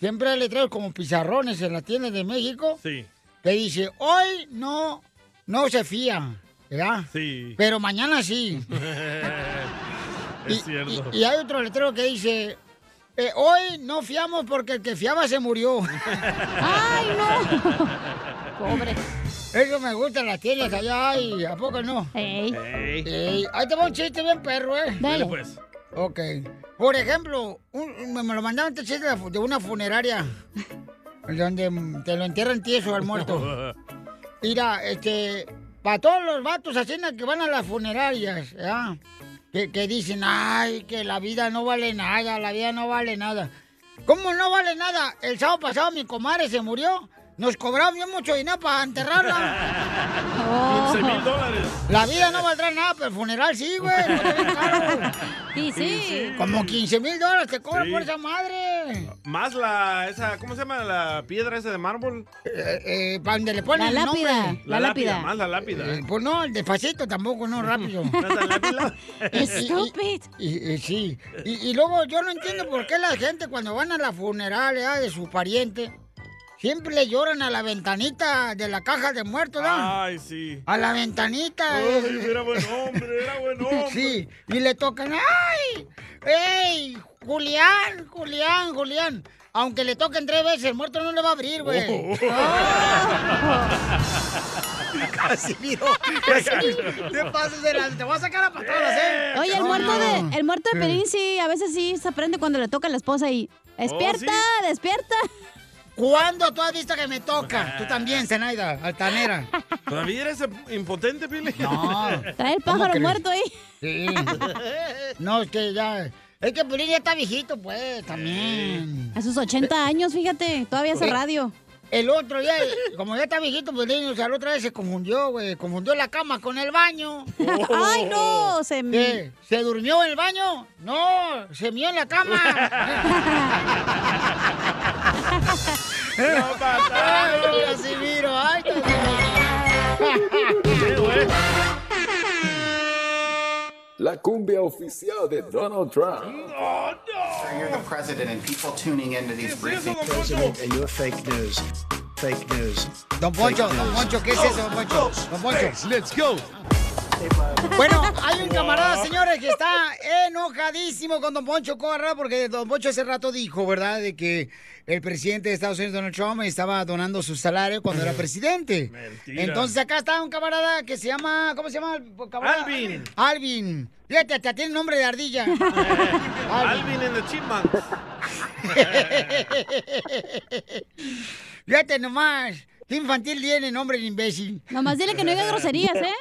siempre hay letreros como pizarrones en las tiendas de México. Sí. Que dice, hoy no, no se fía. ¿verdad? Sí. Pero mañana sí. <laughs> es cierto. Y hay otro letrero que dice, eh, hoy no fiamos porque el que fiaba se murió. <laughs> ¡Ay, no! <laughs> Pobre. Eso me gusta, las tiendas allá, y ¿a poco no? Ey. Ey, Ahí te va un chiste bien perro, ¿eh? Dale, pues. Ok. Por ejemplo, un- me, me lo mandaron este chiste de la fu- de una funeraria. <laughs> donde mm, te lo entierran tieso al <laughs> muerto. Mira, este. Para todos los vatos así na, que van a las funerarias, ¿ya? Que, que dicen, ay, que la vida no vale nada, la vida no vale nada. ¿Cómo no vale nada? El sábado pasado mi comadre se murió. Nos cobraron bien mucho dinero para enterrarla. 15 mil dólares. Oh. La vida no valdrá nada, pero el funeral sí, güey. Sí, sí. Como 15 mil dólares te cobran Sí. por esa madre. Más la, esa, ¿cómo se llama? La piedra esa de mármol. Eh, ¿Para dónde le ponen La el nombre? lápida, La la lápida, lápida. más la lápida. Eh, pues no, despacito tampoco, <laughs> no rápido. Estúpido. Y, y- sí. Y, y luego yo no entiendo por qué la gente cuando van a la funeraria de su pariente siempre le lloran a la ventanita de la caja de muertos, ¿no? Ay, sí. A la ventanita. Ay, eh. era buen hombre, era buen hombre. <laughs> Sí, y le tocan, ¡ay! ¡Ey! Julián, Julián, Julián. Aunque le toquen tres veces, el muerto no le va a abrir, güey. Oh. <laughs> <laughs> Casimiro. Ah, Casimiro. Te pasas de la- te voy a sacar a patadas, ¿eh? Oye, el No, muerto no, no. de el muerto de Sí. Pelín sí, a veces sí se aprende cuando le toca a la esposa y despierta, despierta. Oh, ¿Cuándo tú has visto que me toca? Tú también, Zenaida, altanera. ¿Todavía eres impotente, Pili? <laughs> No. Trae el ¿Cómo pájaro crees? muerto ahí. Sí. No, es que ya. Es que Pelín ya está viejito, pues, también. A sus 80 años, fíjate, todavía hace Eh, radio. El otro día, como ya está viejito, Pelín, o sea, la otra vez se confundió, güey. Confundió la cama con el baño. <laughs> Ay, no, se me- Eh, ¿Se durmió en el baño? No, se mió en la cama. ¡Lo mataron! ¡Ay, Casimiro! ¡Ay, La cumbia oficial de Donald Trump. You're the president, and people tuning into these briefings. And you're fake news. Fake news. Don Poncho, Don Poncho, ¿qué es eso, Don Poncho? Don Poncho. Let's go. Bueno, hay un camarada, señores, que está enojadísimo con Don Poncho Corra porque Don Poncho hace rato dijo, ¿verdad?, de que el presidente de Estados Unidos, Donald Trump, estaba donando su salario cuando era presidente. Mentira. Entonces acá está un camarada que se llama, ¿cómo se llama? el camarada? Alvin. Alvin. Fíjate, hasta tiene nombre de <laughs> ardilla. Alvin en the Chipmunks. <laughs> Fíjate nomás. Qué infantil tiene nombre de imbécil. Nomás dile que no diga groserías, ¿eh?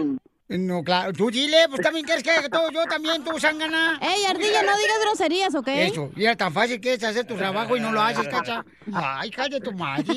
No, claro. Tú dile, pues también quieres que haga todo. Yo también, tú, sangana. Ey, ardilla, no digas groserías, ¿ok? Eso. Mira, tan fácil que es hacer tu trabajo y no lo haces, cacha. Ay, cállate tu madre.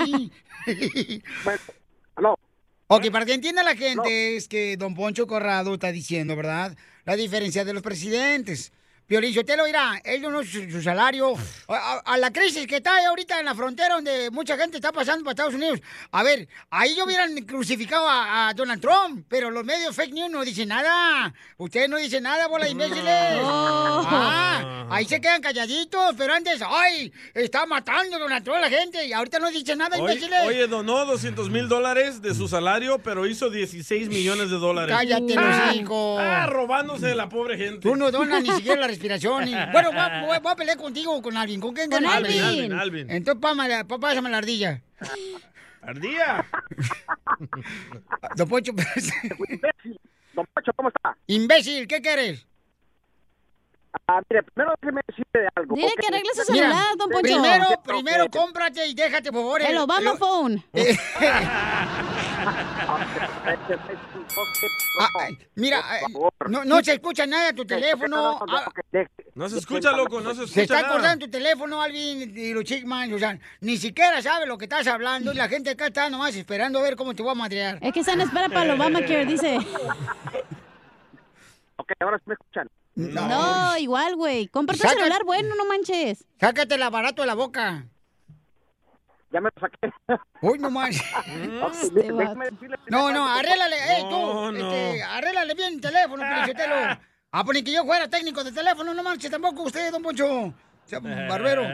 Ok, para que entienda la gente es que don Poncho Corrado está diciendo, ¿verdad? La diferencia de los presidentes. Piolín Sotelo, mira, él donó su, su salario a, a- a la crisis que está ahí ahorita en la frontera donde mucha gente está pasando para Estados Unidos. A ver, ahí yo hubieran crucificado a, a Donald Trump, pero los medios fake news no dicen nada. Ustedes no dicen nada, bola de imbéciles. Ah, ahí se quedan calladitos, pero antes, ay, está matando Donald Trump a la gente y ahorita no dice nada, Oye, imbéciles. oye, donó 200 mil dólares de su salario, pero hizo 16 millones de dólares. Cállate, Ah, los hijos. Ah, robándose de la pobre gente. Tú no donas ni siquiera la respiración. y- Bueno, voy a, voy a- voy a pelear contigo o con alguien. ¿Con quién Con ganas? Alvin, Alvin, Alvin. Entonces, pámala- pa- pásame la ardilla. Ardía. <laughs> Don Pocho. Don Pocho, ¿cómo está? Imbécil, ¿qué quieres? Ah, mire, primero déjeme decirle de algo. Dile ok. que arregle su Mira, celular, don Poncho. Primero, primero cómprate y déjate, por favor. El Obama <laughs> phone. Ah, ah, <laughs> mira, ah, no, no se escucha nada de tu teléfono. Ah, No se escucha, loco, no Se se escucha está nada. acordando tu teléfono, Alvin, y los chickman, o sea, ni siquiera sabe lo que estás hablando y la gente acá está nomás esperando a ver cómo te voy a madrear. Es que están en <laughs> espera <laughs> para el Obamacare, dice. Ok, ahora sí me escuchan. No, No, igual, güey. Comparte un Saca- celular bueno, no manches. Sácatela barato de la boca. Ya me lo saqué. Uy, no <laughs> más. Este déjame vato. decirle no, no, arréglale, eh, tú, No, no. este, arréglale bien el <laughs> teléfono, Pelichotelo. Ah, pues ni que yo fuera técnico de teléfono, no manches, tampoco <laughs> <laughs> usted, don Poncho. O sea, Barbero.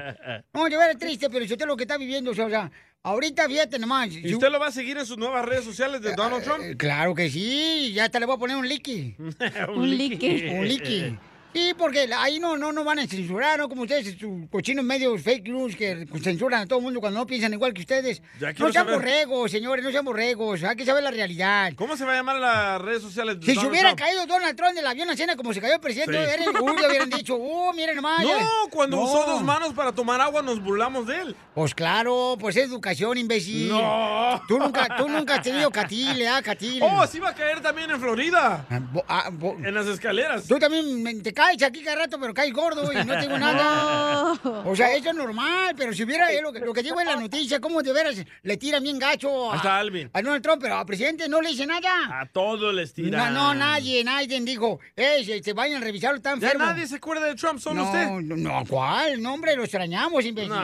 No, yo era triste, pero yo te lo que está viviendo, o sea, o sea, Ahorita fíjate nomás. ¿Y yo- usted lo va a seguir en sus nuevas redes sociales de Donald Trump? Claro que sí, ya te le voy a poner un liqui. <laughs> Un liqui. Un liqui. Sí, porque ahí no, no, no van a censurar, ¿no? Como ustedes, sus cochinos medios fake news que censuran a todo el mundo cuando no piensan igual que ustedes. Ya No quiero sean saber. borregos, señores, no sean borregos. Hay que saber la realidad. ¿Cómo se va a llamar las redes sociales de Si se Donald hubiera Trump? caído Donald Trump del avión a cena como se cayó el presidente, Sí. eres- uy, le <laughs> hubieran dicho, uh, miren nomás. ya- No, cuando No. usó dos manos para tomar agua nos burlamos de él. Pues claro, pues es educación, imbécil. No. Tú nunca, tú nunca has tenido catile, ah, catile. Oh, sí va a caer también en Florida. en las escaleras. Ah, Tú también me- te caes aquí cada rato, pero caes gordo y no tengo nada. O sea, eso es normal, pero si hubiera eh, lo, que- lo que digo en la noticia, cómo de veras le tiran bien gacho a, Ahí está Alvin. a Donald Trump, pero al presidente no le dice nada. A todos les No, tiran. no, nadie, nadie dijo, eh, se, se vayan a revisarlo, está Ya enfermo. nadie se acuerda de Trump, solo no, usted. No, no, ¿cuál? No, hombre, lo extrañamos, imbécil. No,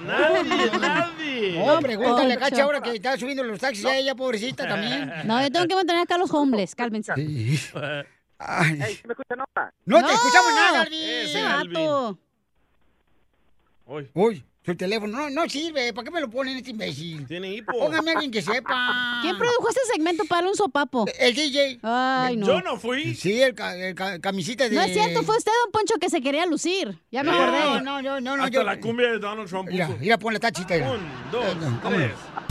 <laughs> nadie, nadie. No, pregúntale a Poncho. Cacha ahora que está subiendo los taxis a ella, pobrecita también. <laughs> No, yo tengo que mantener acá a los hombres, cálmense. No te escuchamos nada, Alvin. Ese vato. Uy. su teléfono. No, no sirve. ¿Para qué me lo ponen este imbécil? Tiene hipo. Póngame a alguien que sepa. ¿Quién produjo este segmento para un sopapo? El DJ. Ay, no. fui. Sí, el, ca- el ca- camisita de... No es cierto, fue usted, don Poncho, que se quería lucir. Ya me No, acordé. no, no, no, no, Hasta yo- la cumbia de Donald Trump puso. Mira, mira, ponle tachita. Mira. Un, dos, Eh, no, tres.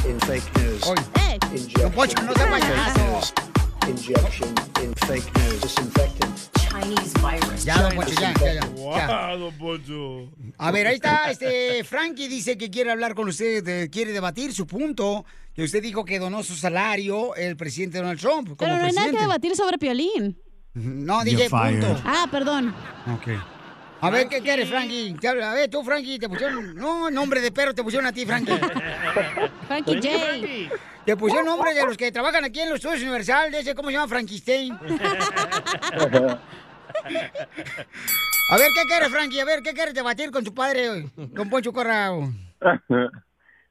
in fake news, Don Poncho, no te vayas. injection in fake news, disinfectant. Chinese virus. Ya, don Poncho, ya, ya, ya, ya. Guau, Ah, don Poncho. A ver, ahí está, este, Frankie dice que quiere hablar con usted, eh, quiere debatir su punto, que usted dijo que donó su salario el presidente Donald Trump como Pero no hay nada presidente. que debatir sobre Piolín. No, dije punto. Ah, perdón. A ver, ¿qué quieres, Frankie? Te habla- A ver, tú, Frankie, te pusieron... No, nombre de perro te pusieron a ti, Frankie. <laughs> Frankie J. Te pusieron nombre de los <laughs> que trabajan aquí en los estudios Universal, de ese, ¿cómo se llama? <laughs> Frankenstein. A ver, ¿qué quieres, Frankie? A ver, ¿qué quieres debatir con tu padre hoy? Don Poncho Corrao.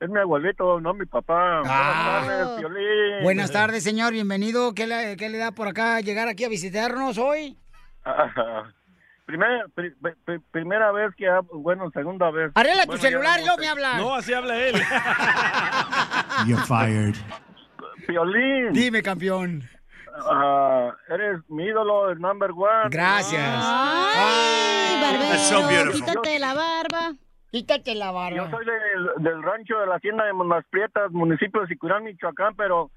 Es mi abuelito, no mi papá. Ah. Buenas tardes, Piolín. Buenas tardes, señor. Bienvenido. ¿Qué le, qué le da por acá llegar aquí a visitarnos hoy? Ah, Primera, pri- pri- primera vez que hablo, bueno, segunda vez. Arregla tu Bueno, ya celular y no luego me hablas. No, así habla él. You're fired. Piolín. Dime, campeón. Ah, eres mi ídolo, el number one. Ah. Gracias. Ay, That's so barbero, beautiful. quítate la barba. Quítate la Yo barba. soy del, del rancho de la hacienda de Las Prietas, municipio de Sicurán, Michoacán, pero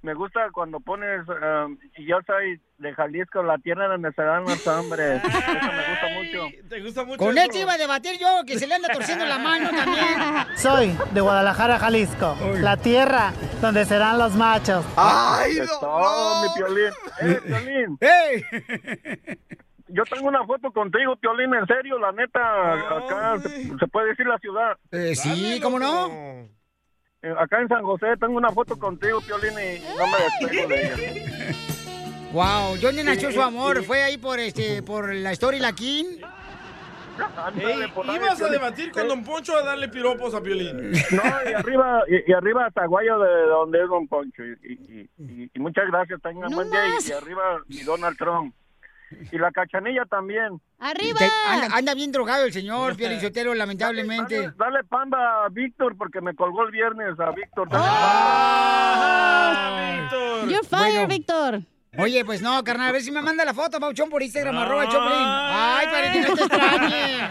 me gusta cuando pones, ah, y yo soy de Jalisco, la tierra donde se dan <laughs> los hombres. Eso me gusta mucho. ¿Te gusta mucho? Con él eso? te iba a debatir yo, que se le anda torciendo la mano <laughs> también. Soy de Guadalajara, Jalisco, la tierra donde serán los machos. Es todo, mi Piolín. Eh, Piolín. <laughs> Yo tengo una foto contigo, Piolín, en serio, la neta, acá se, se puede decir la ciudad. Eh, sí, ¿cómo no? Eh, Acá en San José tengo una foto contigo, Piolín, y no me despego de ella. Wow, ¿dónde nació su amor? ¿Fue ahí por este, por la Story La King? Ey, ibas a debatir con Don Poncho a darle piropos <laughs> a Piolín. No, y arriba, y, y arriba hasta Guayo de donde es Don Poncho. Y, y- y- y muchas gracias, tengan No buen día. más. Y, y arriba mi Donald Trump. Y la cachanilla también. Este, ¡Arriba! Te- anda, anda bien drogado el señor, Pielichotero, lamentablemente. Dale pamba a Víctor porque me colgó el viernes a Víctor. Ah. Víctor! You're fired, Víctor. Oye, pues no, carnal, a ver si me manda la foto, Pauchón, por Instagram, arroba el Choplin. Ay, para que no te extrañe.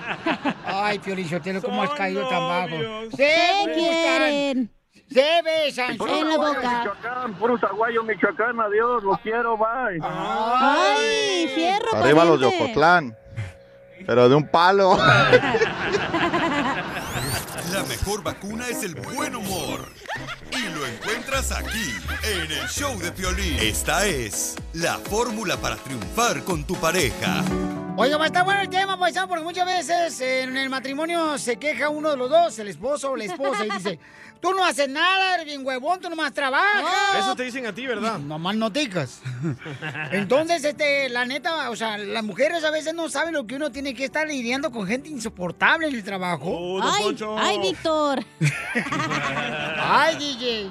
Ay, Piolichotelo, ¿cómo has caído tan bajo? Se gustan, Se besan. Puro aguayo, Michoacán, puro aguayo, Michoacán, adiós, los quiero, bye. ¡Ay, fierro! Arriba los de pariente. Ocotlán. Pero de un palo. La mejor vacuna es el buen humor. Y lo encuentras aquí, en el show de Piolín. Esta es la fórmula para triunfar con tu pareja. Oiga, pues, está bueno el tema, paisano, porque muchas veces en el matrimonio se queja uno de los dos, el esposo o la esposa, y dice, tú no haces nada, eres bien huevón, tú nomás trabajas. <laughs> Eso te dicen a ti, ¿verdad? Nomás no <laughs> ticas. Entonces, este, la neta, o sea, las mujeres a veces no saben lo que uno tiene que estar lidiando con gente insoportable en el trabajo. Oh, don Ay, Poncho. ay, <laughs> Víctor! ¡Ay, DJ!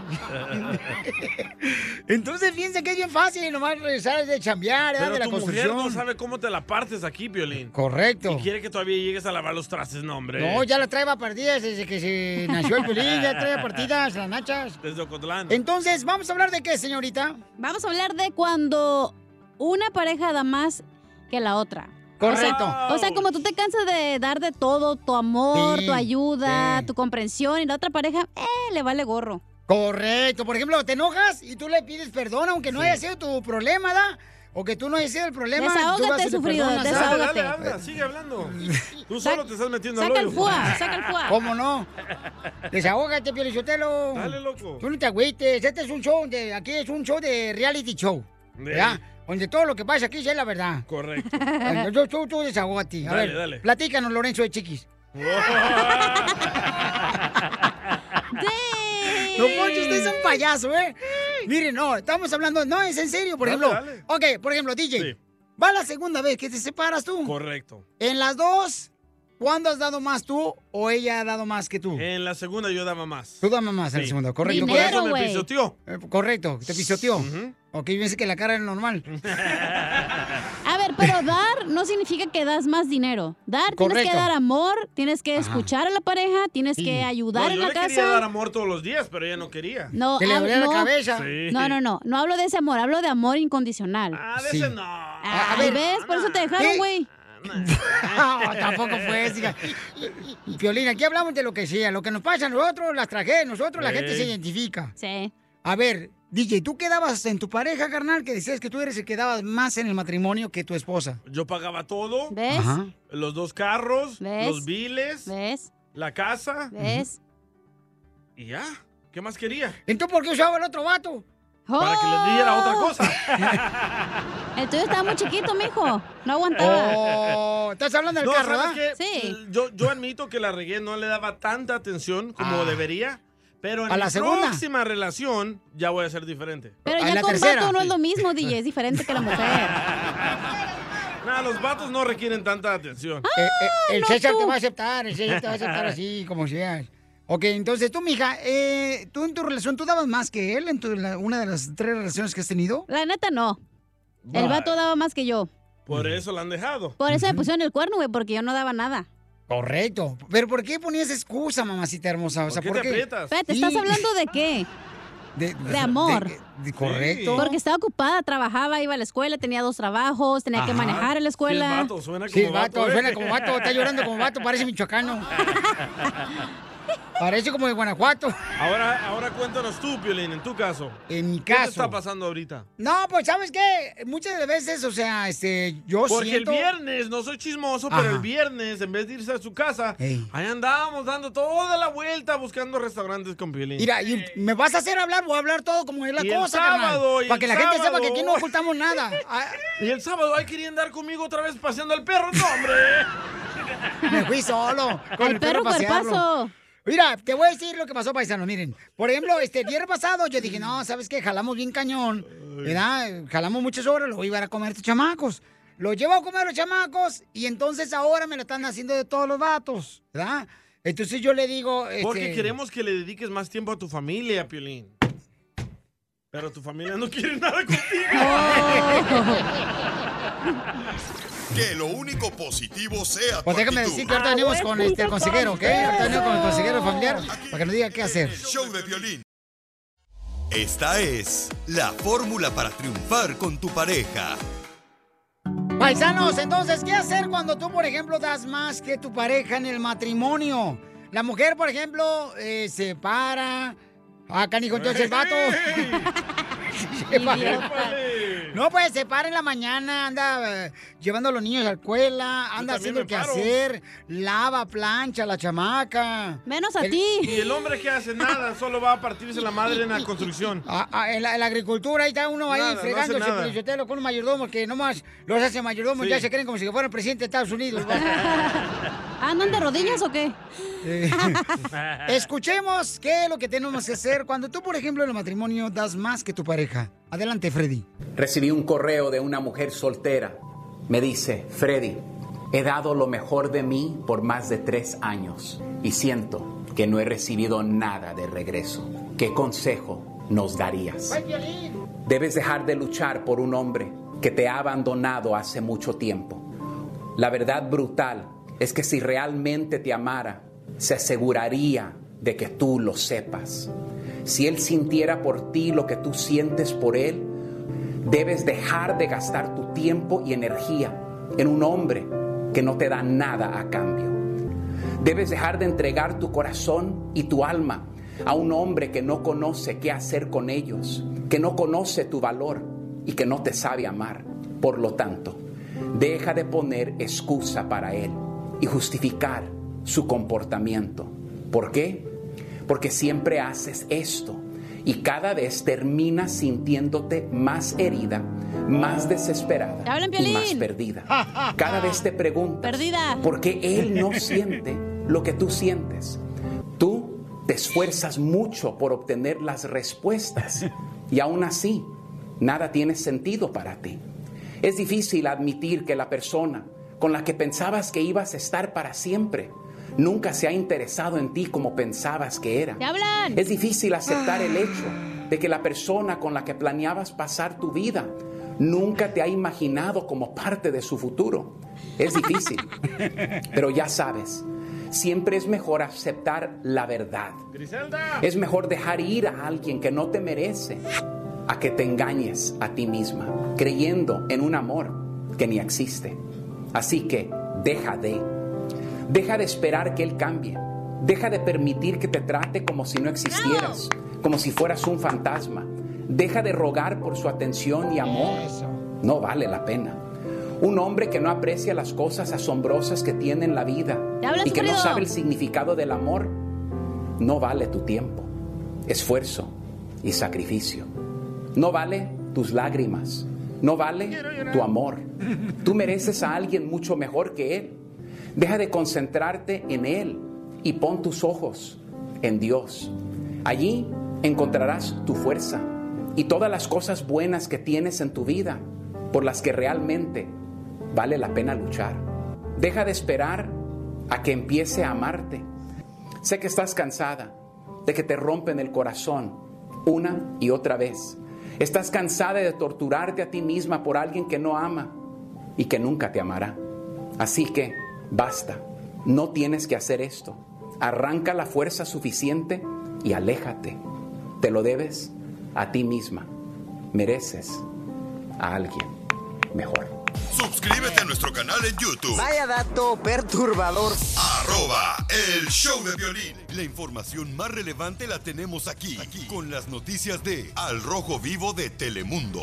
<laughs> Entonces, fíjense que es bien fácil nomás regresar de chambear, ¿eh? Pero de la tu mujer construcción. no sabe cómo te la partes aquí, Violín. Correcto. Y quiere que todavía llegues a lavar los trastes, no, hombre. No, ya la traeba partidas desde que <laughs> se nació el violín, ya trae partidas, las nachas. Desde Ocotlán. Entonces, ¿vamos a hablar de qué, señorita? Vamos a hablar de cuando una pareja da más que la otra. Correcto. O sea, o sea, como tú te cansas de dar de todo, tu amor, Sí, tu ayuda, sí. tu comprensión, y la otra pareja, eh, le vale gorro. Correcto. Por ejemplo, te enojas y tú le pides perdón, aunque no haya sido tu problema, ¿da? O que tú no hayas sido el problema. tú Desahógate, vas y le sufrido, perdonas, ¿da? Dale, dale, habla, <laughs> sigue hablando. Tú solo te estás metiendo al saca el hoyo. fua, saca el fua. <laughs> ¿Cómo <laughs> no? Desahógate, Piolichotelo. Dale, loco. Tú no te agüites. Este es un show, de, aquí es un show de reality show. ¿Verdad? Donde todo lo que pasa aquí ya es la verdad. Correcto. Yo, tú, tú desahógate. A Dale, ver, dale. platícanos, Lorenzo de Chiquis. No, Poncho, usted es un payaso, ¿eh? Miren, no, estamos hablando... No, es en serio, por Dale, ejemplo... Ok, por ejemplo, DJ. Va la segunda vez que te separas tú. Correcto. En las dos, ¿cuándo has dado más tú o ella ha dado más que tú? En la segunda yo daba más. Tú dame más en la Sí. segunda, correcto. Por eso Correcto. me pisoteó. Eh, correcto, te pisoteó. Ok, yo pensé que la cara era <laughs> normal. A ver, <laughs> pero dar no significa que das más dinero. Dar, tienes Correcto. que dar amor, tienes que Ajá. escuchar a la pareja, tienes que ayudar No, en yo la le casa. quería dar amor todos los días, pero ella no quería. No, hab- no. No, no, no. No hablo de ese amor, hablo de amor incondicional. Ah, de ese no. A, ¿Ves? Por eso te dejaron, Ah, ¿Qué? güey. <laughs> No, tampoco fue. hija. Piolín, aquí hablamos de lo que sea. Lo que nos pasa a nosotros, las tragedias, nosotros, la Ey. gente se identifica. Sí. A ver, DJ, ¿tú qué dabas en tu pareja, carnal? Que decías que tú eres el que dabas más en el matrimonio que tu esposa. Yo pagaba todo. ¿Ves? Ajá. Los dos carros, ¿Ves? los biles, la casa. ¿Ves? Y ya. ¿Qué más quería? Entonces, ¿por qué usaba el otro vato? Para que le diera Oh. <laughs> otra cosa. El tuyo estaba muy chiquito, mijo. No aguantaba. Oh, ¿Estás hablando del No, carro, ¿sabes ¿verdad? qué? L- Yo, yo admito que la regué, no le daba tanta atención como Ah. debería. Pero en A mi la segunda. próxima relación ya voy a ser diferente. Ah, Pero ya con vato no es lo mismo, DJ. Es diferente que la mujer. Nah, los vatos no requieren tanta atención. Eh, eh, el no César tú. te va a aceptar, el César te va a aceptar así, <laughs> como seas. Ok, entonces tú, mija, eh, tú en tu relación, ¿tú dabas más que él en tu- la- una de las tres relaciones que has tenido? La neta, no. El Vale. vato daba más que yo. Por eso la han dejado. Por eso me pusieron el cuerno, güey, porque yo no daba nada. Correcto. Pero ¿por qué ponías excusa, mamacita hermosa? O sea, ¿por qué? Espérate, ¿estás Sí. hablando de qué? De, De amor. de- de- <laughs> correcto. Porque estaba ocupada, trabajaba, iba a la escuela, tenía dos trabajos, tenía que Ajá. manejar en la escuela. Sí, es vato, suena Sí, como vato, vato, ¿eh? suena como vato, está llorando como vato, parece <laughs> michoacano. Parece como de Guanajuato. Ahora, ahora cuéntanos tú, Piolín, en tu caso. En mi ¿Qué te caso. está pasando ahorita? No, pues, ¿sabes qué? Muchas de las veces, o sea, este, yo Porque siento... el viernes, no soy chismoso, Ajá. pero el viernes, en vez de irse a su casa, Ey. ahí andábamos dando toda la vuelta buscando restaurantes con Piolín. Mira, y- ¿me vas a hacer hablar? Voy a hablar todo como es la Y el cosa, sábado, y Para el que la gente sepa sábado. que aquí no ocultamos nada. Ah, <laughs> Y el sábado, ay, quería andar conmigo otra vez paseando al perro. ¡No, hombre! Me fui solo. Con el, El perro, perro pasearlo. cuerpazo. Mira, te voy a decir lo que pasó, paisano. Miren, por ejemplo, este el viernes pasado yo dije, no, ¿sabes qué? Jalamos bien cañón, ¿verdad? Jalamos muchas horas, lo voy a llevar a comer a estos chamacos. Lo llevo a comer a los chamacos y entonces ahora me lo están haciendo de todos los vatos, ¿verdad? Entonces yo le digo... Porque este, queremos que le dediques más tiempo a tu familia, Piolín. Pero tu familia no quiere nada contigo. Que lo único positivo sea tu Pues déjame actitud. decir que Ah, ahorita venimos con este, el consejero, ¿ok? Ahorita venimos con el consejero familiar para que nos diga qué hacer. Show de violín. Esta es la fórmula para triunfar con tu pareja. Paisanos, entonces, ¿qué hacer cuando tú, por ejemplo, das más que tu pareja en el matrimonio? La mujer, por ejemplo, eh, se para. Ah, canijo, entonces el vato. <laughs> Se para. Idiota. No, pues se para en la mañana, anda eh, llevando a los niños a la escuela, anda también haciendo me el que paro. hacer, lava, plancha, la chamaca. Menos El- Y el hombre que hace nada, solo va a partirse la madre en la construcción. Ah, ah, en, la, en la agricultura, ahí está uno ahí Nada, no hace fregándose, nada. pero yo te lo con un mayordomo que nomás los hace mayordomos, Sí. ya se creen como si fueran presidente de Estados Unidos. <laughs> ¿Andan de rodillas o qué? Eh, <laughs> Escuchemos qué es lo que tenemos que hacer cuando tú, por ejemplo, en el matrimonio das más que tu pareja. Adelante, Freddy. Recibí un correo de una mujer soltera. Me dice, Freddy, he dado lo mejor de mí por más de tres años y siento que no he recibido nada de regreso. ¿Qué consejo nos darías? Debes dejar de luchar por un hombre que te ha abandonado hace mucho tiempo. La verdad brutal es que si realmente te amara, se aseguraría de que tú lo sepas. Si Él sintiera por ti lo que tú sientes por Él, debes dejar de gastar tu tiempo y energía en un hombre que no te da nada a cambio. Debes dejar de entregar tu corazón y tu alma a un hombre que no conoce qué hacer con ellos, que no conoce tu valor y que no te sabe amar. Por lo tanto, deja de poner excusa para él y justificar su comportamiento. ¿Por qué? Porque siempre haces esto y cada vez terminas sintiéndote más herida, más desesperada Te hablan, y más Piolín. perdida. Cada vez te preguntas Perdida. por qué él no siente lo que tú sientes. Tú te esfuerzas mucho por obtener las respuestas y aún así nada tiene sentido para ti. Es difícil admitir que la persona con la que pensabas que ibas a estar para siempre nunca se ha interesado en ti como pensabas que era. <laughs> ¡Te hablan! Es difícil aceptar el hecho de que la persona con la que planeabas pasar tu vida nunca te ha imaginado como parte de su futuro. Es difícil, pero ya sabes, siempre es mejor aceptar la verdad. Griselda. Es mejor dejar ir a alguien que no te merece a que te engañes a ti misma, creyendo en un amor que ni existe. Así que deja de. Deja de esperar que él cambie. Deja de permitir que te trate como si no existieras, como si fueras un fantasma. Deja de rogar por su atención y amor. No vale la pena. Un hombre que no aprecia las cosas asombrosas que tiene en la vida Te hablan, y que no sufrido. sabe el significado del amor, no vale tu tiempo, esfuerzo y sacrificio. No vale tus lágrimas. No vale tu amor. Tú mereces a alguien mucho mejor que él. Deja de concentrarte en él y pon tus ojos en Dios. Allí encontrarás tu fuerza y todas las cosas buenas que tienes en tu vida por las que realmente vale la pena luchar. Deja de esperar a que empiece a amarte. Sé que estás cansada de que te rompen el corazón una y otra vez. Estás cansada de torturarte a ti misma por alguien que no ama y que nunca te amará. Así que basta, no tienes que hacer esto. Arranca la fuerza suficiente y aléjate. Te lo debes a ti misma. Mereces a alguien mejor. Suscríbete a nuestro canal en YouTube. Vaya dato perturbador. Arroba el show de violín. La información más relevante la tenemos aquí, aquí, con las noticias de Al Rojo Vivo de Telemundo.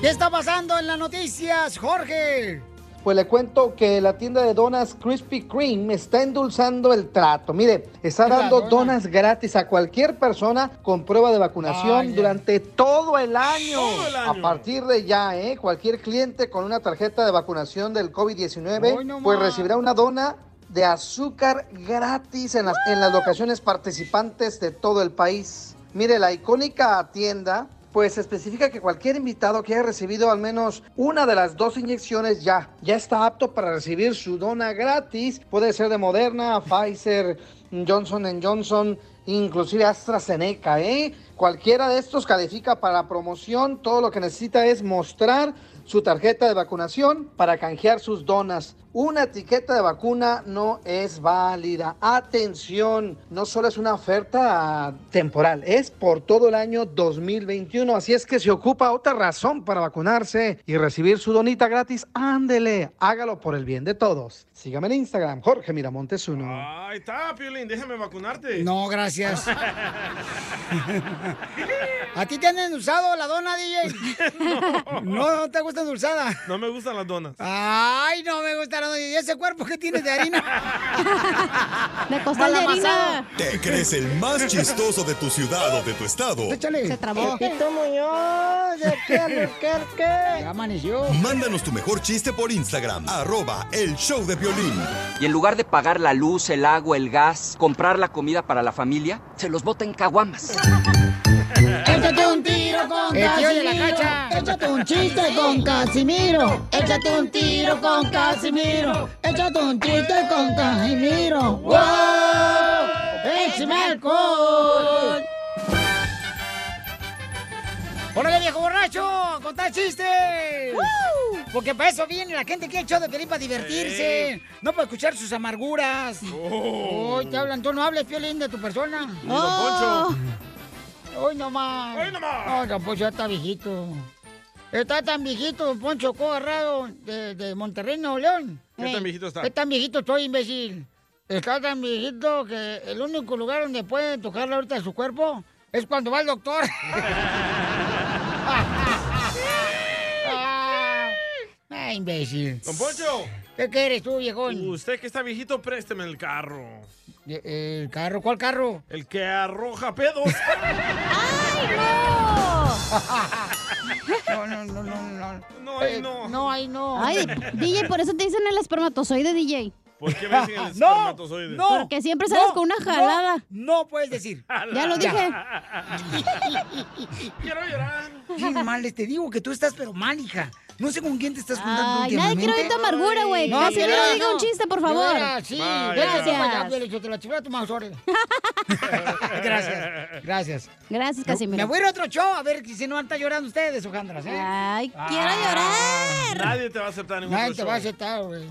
¿Qué está pasando en las noticias, Jorge? Pues le cuento que la tienda de donas Krispy Kreme está endulzando el trato. Mire, está Es la dando dona. donas gratis a cualquier persona con prueba de vacunación Ay, ay. durante todo el, año. Todo el año. A partir de ya, ¿eh? cualquier cliente con una tarjeta de vacunación del Hoy no COVID-19 pues más. recibirá una dona de azúcar gratis en las, en las locaciones participantes de todo el país. Mire, la icónica tienda pues especifica que cualquier invitado que haya recibido al menos una de las dos inyecciones ya, ya está apto para recibir su dona gratis. Puede ser de Moderna, Pfizer, Johnson Johnson, inclusive AstraZeneca, ¿eh? Cualquiera de estos califica para promoción. Todo lo que necesita es mostrar su tarjeta de vacunación para canjear sus donas. Una etiqueta de vacuna no es válida. Atención, no solo es una oferta temporal, es por todo el año 2021. Así es que si ocupa otra razón para vacunarse y recibir su donita gratis, ándele, hágalo por el bien de todos. Sígame en Instagram, Jorge Miramontes 1. Ahí está, Piolín, déjame vacunarte. No, gracias. ¿A ti te han endulzado la dona, DJ? <laughs> No, no te gusta endulzada. No me gustan las donas. Ay, no me gusta la dona. ¿Y ese cuerpo que tienes de harina? <laughs> De costal de harina. ¿Te crees el más chistoso de tu ciudad o de tu estado? Se trabó. Pepito Muñoz, de aquí a Albuquerque. Ya amaneció. Mándanos tu mejor chiste por Instagram, arroba el show de violín. Y en lugar de pagar la luz, el agua, el gas, comprar la comida para la familia, se los bota en caguamas. Échate un tiro con El tío de Casimiro. la cacha. Échate un chiste con Casimiro. Échate un tiro con Casimiro. Échate un chiste con Casimiro. ¡Wow! ¡Échame alcohol! ¡Órale, viejo borracho! ¡Contá chistes! Porque para eso viene la gente que ha hecho de Piolín para divertirse. No para escuchar sus amarguras. Oh. Hoy te hablan, tú no hables, Piolín, de tu persona. Don Poncho. Hoy nomás. Hoy nomás. No, Don Poncho ya está viejito. Está tan viejito, Don Poncho Corrado, de, de Monterrey, Nuevo León. ¿Qué tan viejito está? ¿Qué tan viejito estoy, imbécil? Está tan viejito que el único lugar donde puede tocarle ahorita su cuerpo es cuando va el <laughs> doctor. <laughs> Ah, imbécil. <laughs> Don Poncho. ¿Qué quieres tú, viejón? Usted que está viejito, présteme el <laughs> carro. Eh, ¿El carro? ¿Cuál carro? El que arroja pedos. <laughs> No, no, no, no, no. No, ahí Eh, no. No, ahí no. Ay, <laughs> DJ, por eso te dicen el espermatozoide, DJ. ¿Por qué me dicen <laughs> el No, espermatozoide? no. Porque siempre sales con una jalada. No, puedes decir. Ya <laughs> lo dije. Quiero llorar. Qué mal, les te digo que tú estás pero mal, hija. No sé con quién te estás juntando Ay, nadie últimamente. quiere oír tu amargura, güey. No, Casi mira, no diga no. un chiste, por favor. Mira, sí, Vaya. gracias. Gracias. Gracias, gracias. Gracias, Casimiro. Me voy a ir a otro show, a ver si no están llorando ustedes, Ojandras, ¿eh? Ay, quiero llorar. Nadie te va a aceptar ningún Nadie otro te va a show. aceptar, güey.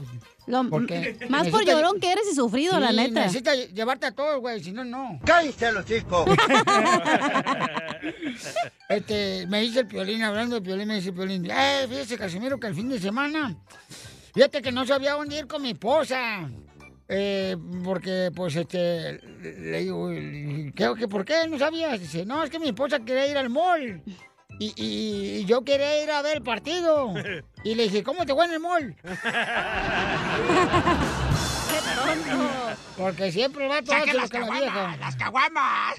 más por llorón que eres y sufrido, la neta. Necesita lle- llevarte a todos, güey, si no, no. ¡Cállense los <laughs> chicos! Este, me dice el Piolín, hablando de Piolín, me dice el Piolín, eh, fíjese, Casimiro, que el fin de semana, fíjate que no sabía dónde ir con mi esposa. Eh, porque, pues, este, le digo, creo que, ¿por qué? No sabía. Dice, no, es que mi esposa quería ir al mall. Y, y- y yo quería ir a ver el partido. Y le dije, ¿cómo te fue en el mall? Porque siempre va todo Saquen hace lo las que la caguamas, vieja. ¡Las <laughs> caguamas!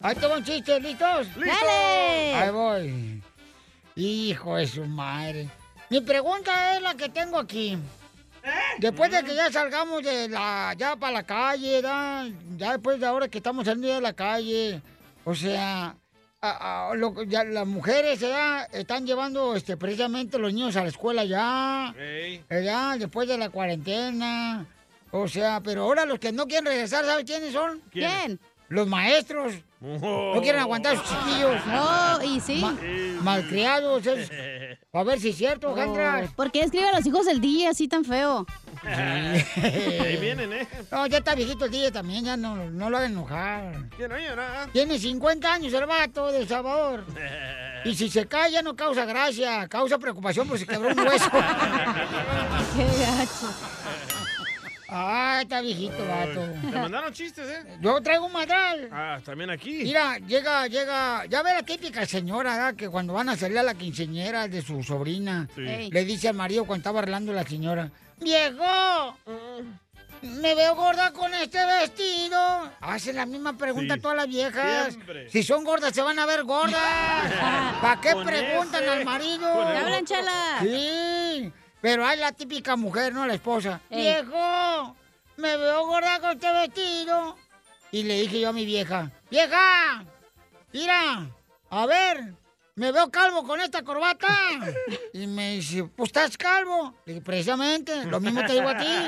Ahí tengo un chiste, ¿listos? ¡Listos! Dale. Ahí voy. Hijo de su madre. Mi pregunta es la que tengo aquí. ¿Eh? Después Mm. de que ya salgamos de la, ya para la calle, ¿da? ya después de ahora que estamos saliendo de la calle, o sea, a- a- lo- ya las mujeres ¿da? están llevando este, precisamente los niños a la escuela ya. Ey. Eh, Ya, después de la cuarentena. O sea, pero ahora los que no quieren regresar, ¿sabes quiénes son? ¿Quiénes? Los maestros. No quieren aguantar a sus chiquillos. No, y sí. malcriados. esos. A ver si es cierto, Jandra. Oh, ¿Por qué escribe a los hijos del DJ así tan feo? <laughs> Ahí <laughs> vienen, ¿eh? No, ya está viejito el día también, ya no, no lo hagan enojar. Que no llorar. Tiene 50 años el vato de El Salvador. Y si se cae ya no causa gracia, causa preocupación por si quebró un hueso. Qué gacho. <laughs> Ah, está viejito el Te vato. mandaron chistes, ¿eh? Yo traigo un madral. Ah, también aquí. Mira, llega, llega, ya ve la típica señora ¿verdad? que cuando van a salir a la quinceñera de su sobrina, Sí. Ey. le dice al marido cuando estaba hablando la señora, ¡Viejo! Me veo gorda con este vestido. Hacen la misma pregunta a todas las viejas. Siempre. Si son gordas, se van a ver gordas. <laughs> ¿Para qué Con preguntan ese, al marido? con el Te hablan, otro. chela. Sí, pero hay la típica mujer, ¿no? La esposa. Ey. ¡Viejo! Me veo gorda con este vestido. Y le dije yo a mi vieja, ¡Vieja! Mira, a ver, me veo calvo con esta corbata. Y me dice, pues estás calvo. Le dije, precisamente, lo mismo te <laughs> digo a ti.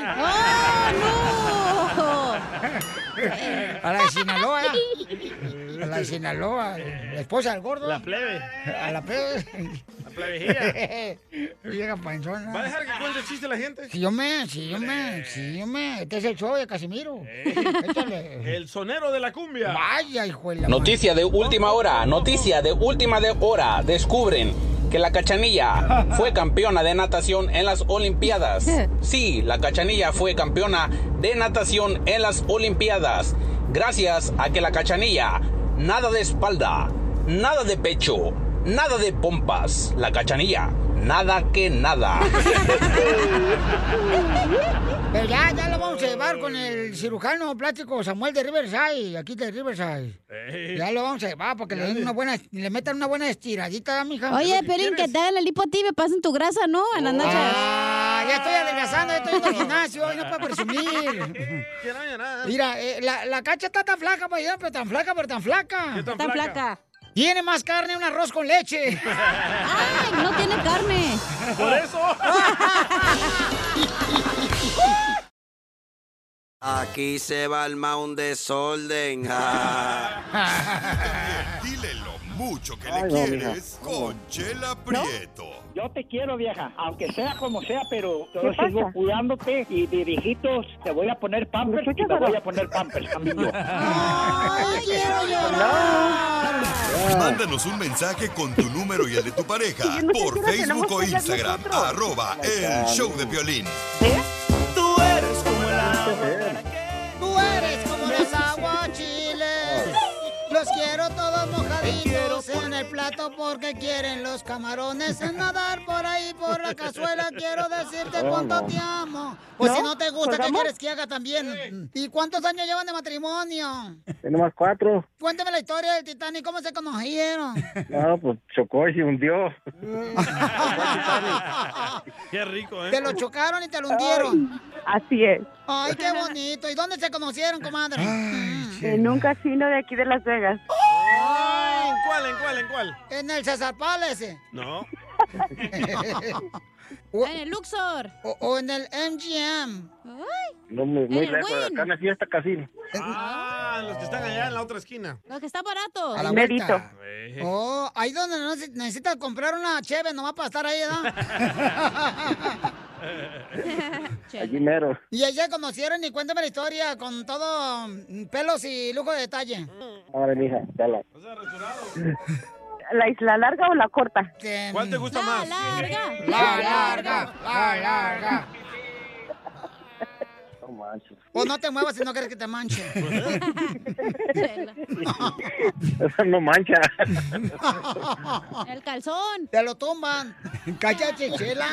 ¡Oh, no! A la de Sinaloa, a la de Sinaloa, la esposa del gordo. La plebe. A la plebe. <laughs> La plebejía. Vieja panzona. ¿Va a dejar que cuente chiste la gente? Si yo me, si yo me, si yo me. Este es el show de Casimiro. Eh. Échale. El sonero de la cumbia. Vaya, hijo de la Noticia de última hora, noticia de última de hora. Descubren que la cachanilla fue campeona de natación en las Olimpiadas. Sí, la cachanilla fue campeona de natación en las Olimpiadas. Gracias a que la cachanilla nada de espalda, nada de pecho, nada de pompas. La cachanilla, nada que nada. Pero ya, ya lo vamos a llevar con el cirujano plástico Samuel de Riverside, aquí de Riverside. Ya lo vamos a llevar porque le, den una buena, le metan una buena estiradita, mija. Oye, Perín, que te hagan el lipo a ti, me pasen tu grasa, ¿no? En las noches. Ah, ya estoy adelgazando, ya estoy en el gimnasio, hoy no puedo presumir. Mira, eh, la, la cacha está tan flaca, por ejemplo, tan flaca, pero tan flaca. tan Tan flaca? flaca. Tiene más carne un arroz con leche. <laughs> ¡Ay, no tiene carne! Ah. Por eso. Aquí se va el un desorden. Dile lo mucho que Ay, le no, quieres mija. con Chela Prieto. Yo te quiero, vieja, aunque sea como sea, <laughs> pero yo ¿Qué sigo pasa? cuidándote y de viejitos te voy a poner pampers y te voy a poner pampers <laughs> también yo. ¡Ay, quiero llorar! Mándanos un mensaje con tu número y el de tu pareja Yo no sé por qué hora Facebook tenemos o que hablar Instagram, nosotros. arroba el show de violín. Tú eres como el agua. Tú eres como los aguachiles. Los quiero todos mojaditos pues. en el plato porque quieren los camarones en nadar por ahí por la cazuela. Quiero decirte Oh, cuánto no. te amo. O ¿No? si no te gusta, ¿qué ¿Colgamos? quieres que haga también? ¿Y cuántos años llevan de matrimonio? Tenemos cuatro. Cuéntame la historia del Titanic, ¿cómo se conocieron? No, pues chocó y se hundió. <laughs> Qué rico, ¿eh? Te lo chocaron y te lo hundieron. Así es. Ay, qué bonito. ¿Y dónde se conocieron, comadre? En un casino de aquí de Las Vegas. ¿En cuál, en cuál, en cuál? En el César Palace. No. <laughs> en el Luxor. O, o en el MGM. No, muy, muy En el lejos. Win. Acá en la fiesta casino. Eh, Ah, los que están allá en la otra esquina. Lo que está barato. A la Merito. vuelta. Oh, ahí donde no se- necesitas comprar una cheve, nomás para estar ahí, <laughs> Eh. ¿verdad? Allí mero. y ella conocieron y cuéntame la historia con todo mm, pelos y lujo de detalle. Ahora, mija, dale. ¿La isla larga o la corta? ¿Cuál te gusta más? larga. La larga, la larga. No manches. O <laughs> no te muevas si no quieres que te manche. Esa no <laughs> mancha. <laughs> El calzón. Te lo tumban. <laughs> Cállate, chela.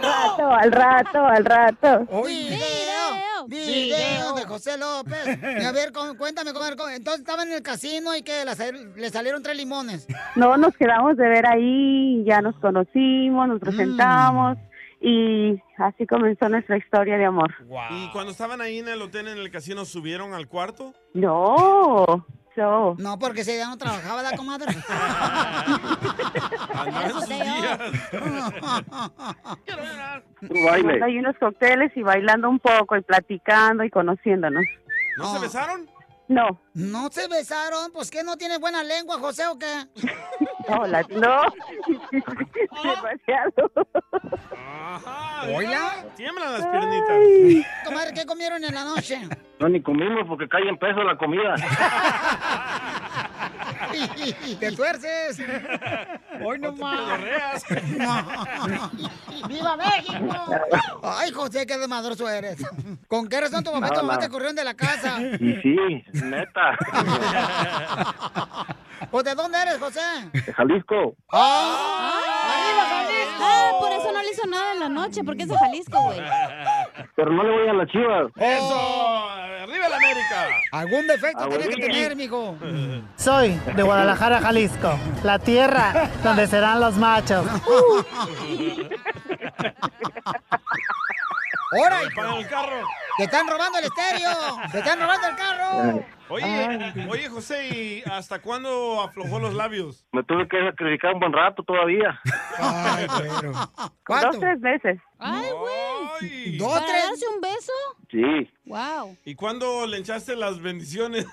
rato, al rato, al rato. Video, video de José López. Y a ver, con- cuéntame, comadre, con- entonces estaba en el casino y que le salieron tres <laughs> limones. No, nos quedamos de ver ahí, ya nos conocimos, Mm. nos presentamos y así comenzó nuestra historia de amor. ¿Y cuando estaban ahí en el hotel, en el casino, subieron al cuarto? No, so, No, porque ese día no trabajaba, ¿da, comadre? Andaban sus días. tomando ahí unos cócteles y bailando un poco y platicando y conociéndonos. ¿No se besaron? No, ¿No se besaron? Pues que no tienes buena lengua, José, ¿o <laughs> qué? no, la- no, <laughs> demasiado. ¿Hola? Tiemblan las piernitas. Comadre, ¿qué comieron en la noche? No, ni comimos porque cae en peso la comida. <laughs> ¡Te tuerces! ¡Hoy no más! No. <laughs> ¡Viva México! Ay, José, qué desmadroso eres. ¿Con qué razón tu papá y tu No, mamá no. te corrieron de <laughs> la casa? Y sí, neta. ¿O Pues, de dónde eres, José? De Jalisco. ¡Arriba, Jalisco! Oh. Ah, por eso no le hizo nada en la noche, porque es de Jalisco, güey. Pero no le voy a las chivas. ¡Eso! ¡Arriba la América! Algún defecto tiene que tener, mijo. <laughs> Soy de Guadalajara, Jalisco, la tierra donde serán los machos. ¡Hora! ¡Para el carro! ¡Te están robando el estéreo! ¡Te están robando el carro! <laughs> Oye, oye, José, ¿y hasta cuándo aflojó los labios? Me tuve que sacrificar un buen rato todavía. Ah, Dos, tres veces. Ay, güey. ¿Para darse un beso? Sí. Wow. ¿Y cuándo le echaste <laughs> las bendiciones?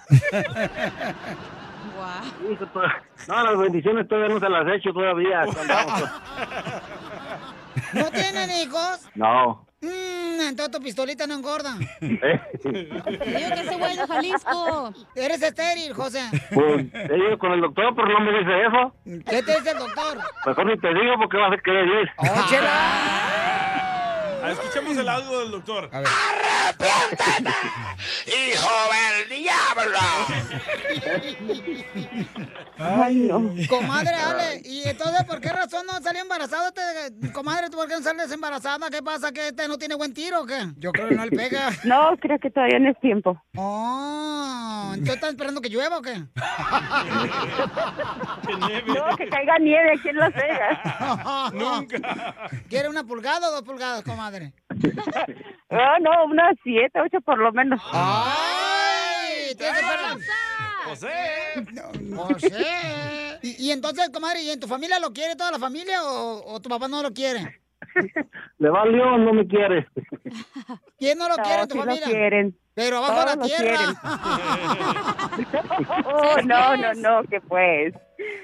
No, las bendiciones todavía no se las he hecho todavía. Acá andamos. pues. ¿No tienen hijos? <laughs> No. Mm, entonces tu pistolita no engorda. Eh, que ese güey de Jalisco. Eres estéril, José. Pues he ido con el doctor, pero no me dice eso. ¿Qué te dice el doctor? Mejor ni te digo porque vas a querer ir. Oh, Ah, Escuchemos el audio del doctor. A ver. ¡Hijo del <laughs> diablo! <laughs> Comadre, Ale, ¿y entonces por qué razón no salió embarazada? Te- comadre, ¿tú por qué no sales embarazada? ¿Qué pasa? ¿Que este no tiene buen tiro o qué? Yo creo que no le pega. No, creo que todavía no es tiempo. Oh, ¿entonces estás esperando que llueva o qué? No, que caiga nieve aquí en Las Vegas. <laughs> Nunca. ¿Quiere una pulgada o dos pulgadas, comadre? No, Ah, no, unas siete, ocho por lo menos. ¡Ay! ¡Te ¡José! ¡José! Y, y entonces, comadre, ¿y en tu familia lo quiere toda la familia o, o tu papá no lo quiere? ¿Le valió o no me <laughs> quiere? ¿Quién no lo No, quiere en tu sí lo familia? quieren. Pero abajo de la Todos lo tierra. <laughs> Oh, no, no, no, que pues.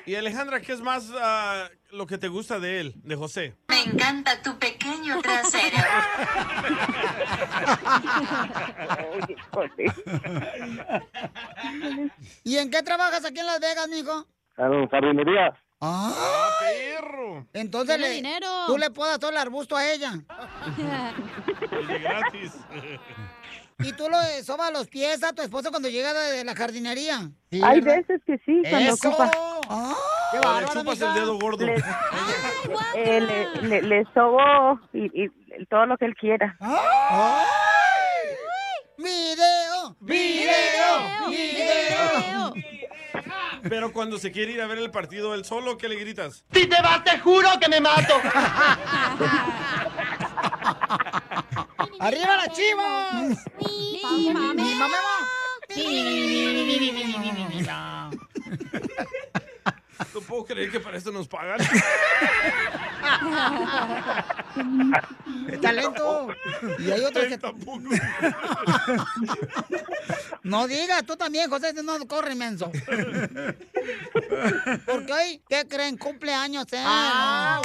Y Alejandra, ¿qué es más ah, lo que te gusta de él, de José? Me encanta tu pequeño trasero. ¿Y en qué trabajas aquí en Las Vegas, mijo? En jardinería. ¡Ah, perro! Entonces Tiene le, dinero. tú le podas todo el arbusto a ella. gratis. y tú le sobas los pies a tu esposo cuando llega de, de la jardinería. Hay veces que sí, cuando ¡Eso! ocupa. ¡Ah! ¡Qué O le bárbara, chupas mija! el dedo gordo. Les- Eh, le, le, le sobo y, y todo lo que él quiera. ¡Video! ¡Video! ¡Video! Pero cuando se quiere ir a ver el partido él solo, ¿qué le gritas? Si te vas, te juro que me mato. ¡Arriba las chivas! ¡Mi mamá! ¡Mi mamá! No puedo creer que para esto nos pagan. Talento. Y hay otros que. <laughs> No digas, tú también, José, si no corre inmenso. Porque hoy, ¿qué creen? Cumpleaños, ¿eh? ¡Ah,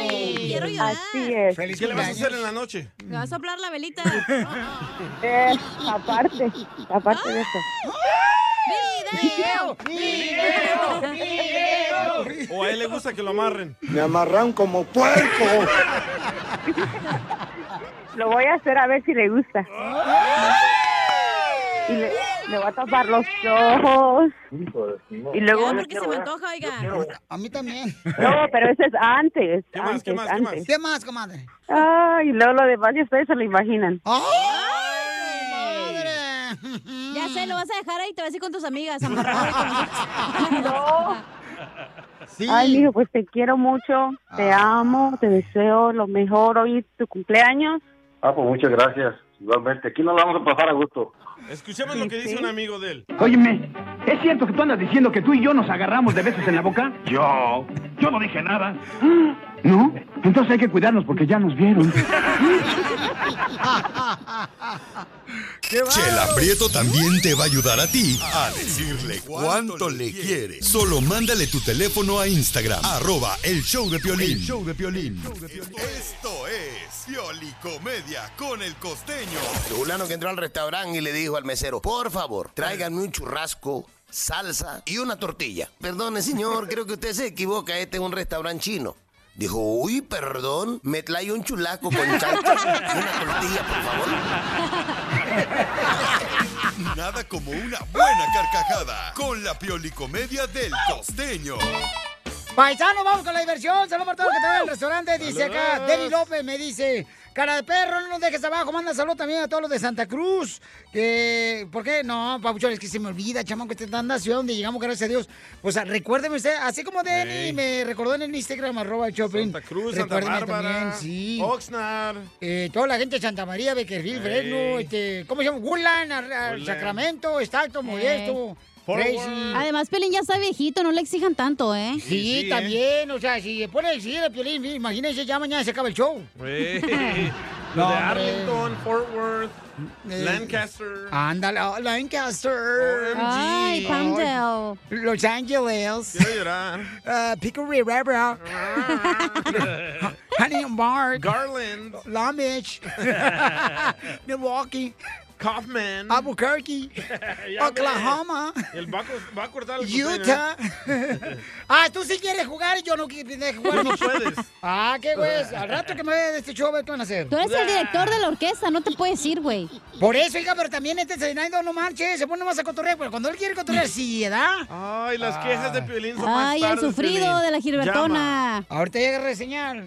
wow! quiero llorar. Así es. ¿Y ¿Qué le vas a hacer en la noche? Me va a soplar la <laughs> velita. Eh, aparte, aparte de eso. <laughs> ¡Video! <laughs> ¡Video! ¡Video! ¿O a él le gusta que lo amarren? Me amarran como puerco. Lo voy a hacer a ver si le gusta. Y le, le voy a tapar los ojos. Y luego. Ya, porque se me antoja, oiga. A mí también. No, pero eso es antes. ¿Qué antes, más, qué más, qué más? antes. ¿Qué más, comadre? Ay, luego lo demás ya ustedes se lo imaginan. ¡Oh! Ya sé, lo vas a dejar ahí y te vas a ir con tus amigas. amarrado y con- <laughs> Ay, mijo, pues te quiero mucho, te Ah. amo, te deseo lo mejor hoy es tu cumpleaños. Ah, pues muchas gracias. Igualmente, aquí nos la vamos a pasar a gusto. Escuchemos lo que <laughs> dice un amigo de él. Óyeme, ¿es cierto que tú andas diciendo que tú y yo nos agarramos de besos en la boca? Yo, yo no dije nada. ¿No? Entonces hay que cuidarnos porque ya nos vieron. Chela Prieto también te va a ayudar a ti a decirle cuánto le quiere. Solo mándale tu teléfono a Instagram, arroba el show de Piolín. El show de Piolín. Esto es Piolicomedia con el costeño. Fulano que entró al restaurante y le dijo al mesero, por favor, tráiganme un churrasco, salsa y una tortilla. Perdone, señor, creo que usted se equivoca, este es un restaurante chino. Dijo, uy, perdón, me trae un chulaco con chancho y una tortilla, por Nada como una buena carcajada con la Piolicomedia del costeño. <laughs> Paisano, vamos con la diversión. Saludos para todos los que están en el restaurante. Dice acá, Saludos. Deli López me dice, cara de perro, no nos dejes abajo. Manda saludos también a todos los de Santa Cruz. Eh, ¿Por qué? No, Pabuchón, es que se me olvida, chamaco, esta es tanta ciudad donde llegamos, gracias a Dios. O sea, recuérdeme usted, así como Deli Ey. me recordó en el Instagram, arroba el Choplin. Santa Cruz, Santa Bárbara, sí. Oxnard. Eh, toda la gente de Santa María, Beckerville, Ey. Fresno, este, ¿cómo se llama? Woodland, ar- ar- Woodland. Sacramento, Stockton, Modesto. Tracy. Eh. Además, Pelín ya está viejito, no le exijan tanto, ¿eh? Sí, ¿eh? también, o sea, si se pone a exigir a Piolín, imagínense, ya mañana se acaba el show. Ey, los No, hombre. de Arlington, Fort Worth, Lancaster. mm, eh, Ándale, oh, Lancaster. OMG. Ay, Palmdale. Los Ángeles. Quiero llorar. Uh, Pickery <laughs> River. Honey and Bark. Garland. Long Beach. Milwaukee. Kaufman. Albuquerque. <laughs> Ya Oklahoma. ve. El va, a cos- va a cortar el costeño, ¿eh? Utah. ah, tú sí quieres jugar y yo no quiero jugar. Tú no puedes. Ah, qué <laughs> güey. Al rato que me vea de este show, a ver qué van a hacer. Tú eres el director de la orquesta, no te puedes ir, güey. Por eso, hija, pero también este Zenaido no marche, se pone más a cotorrear, pero cuando él quiere cotorrear, sí, ¿verdad? Ay, las quejas de Piolín son más Ah. Ay, el tardes, sufrido Piolín. de la gilbertona. Ahorita llega a <laughs> reseñar.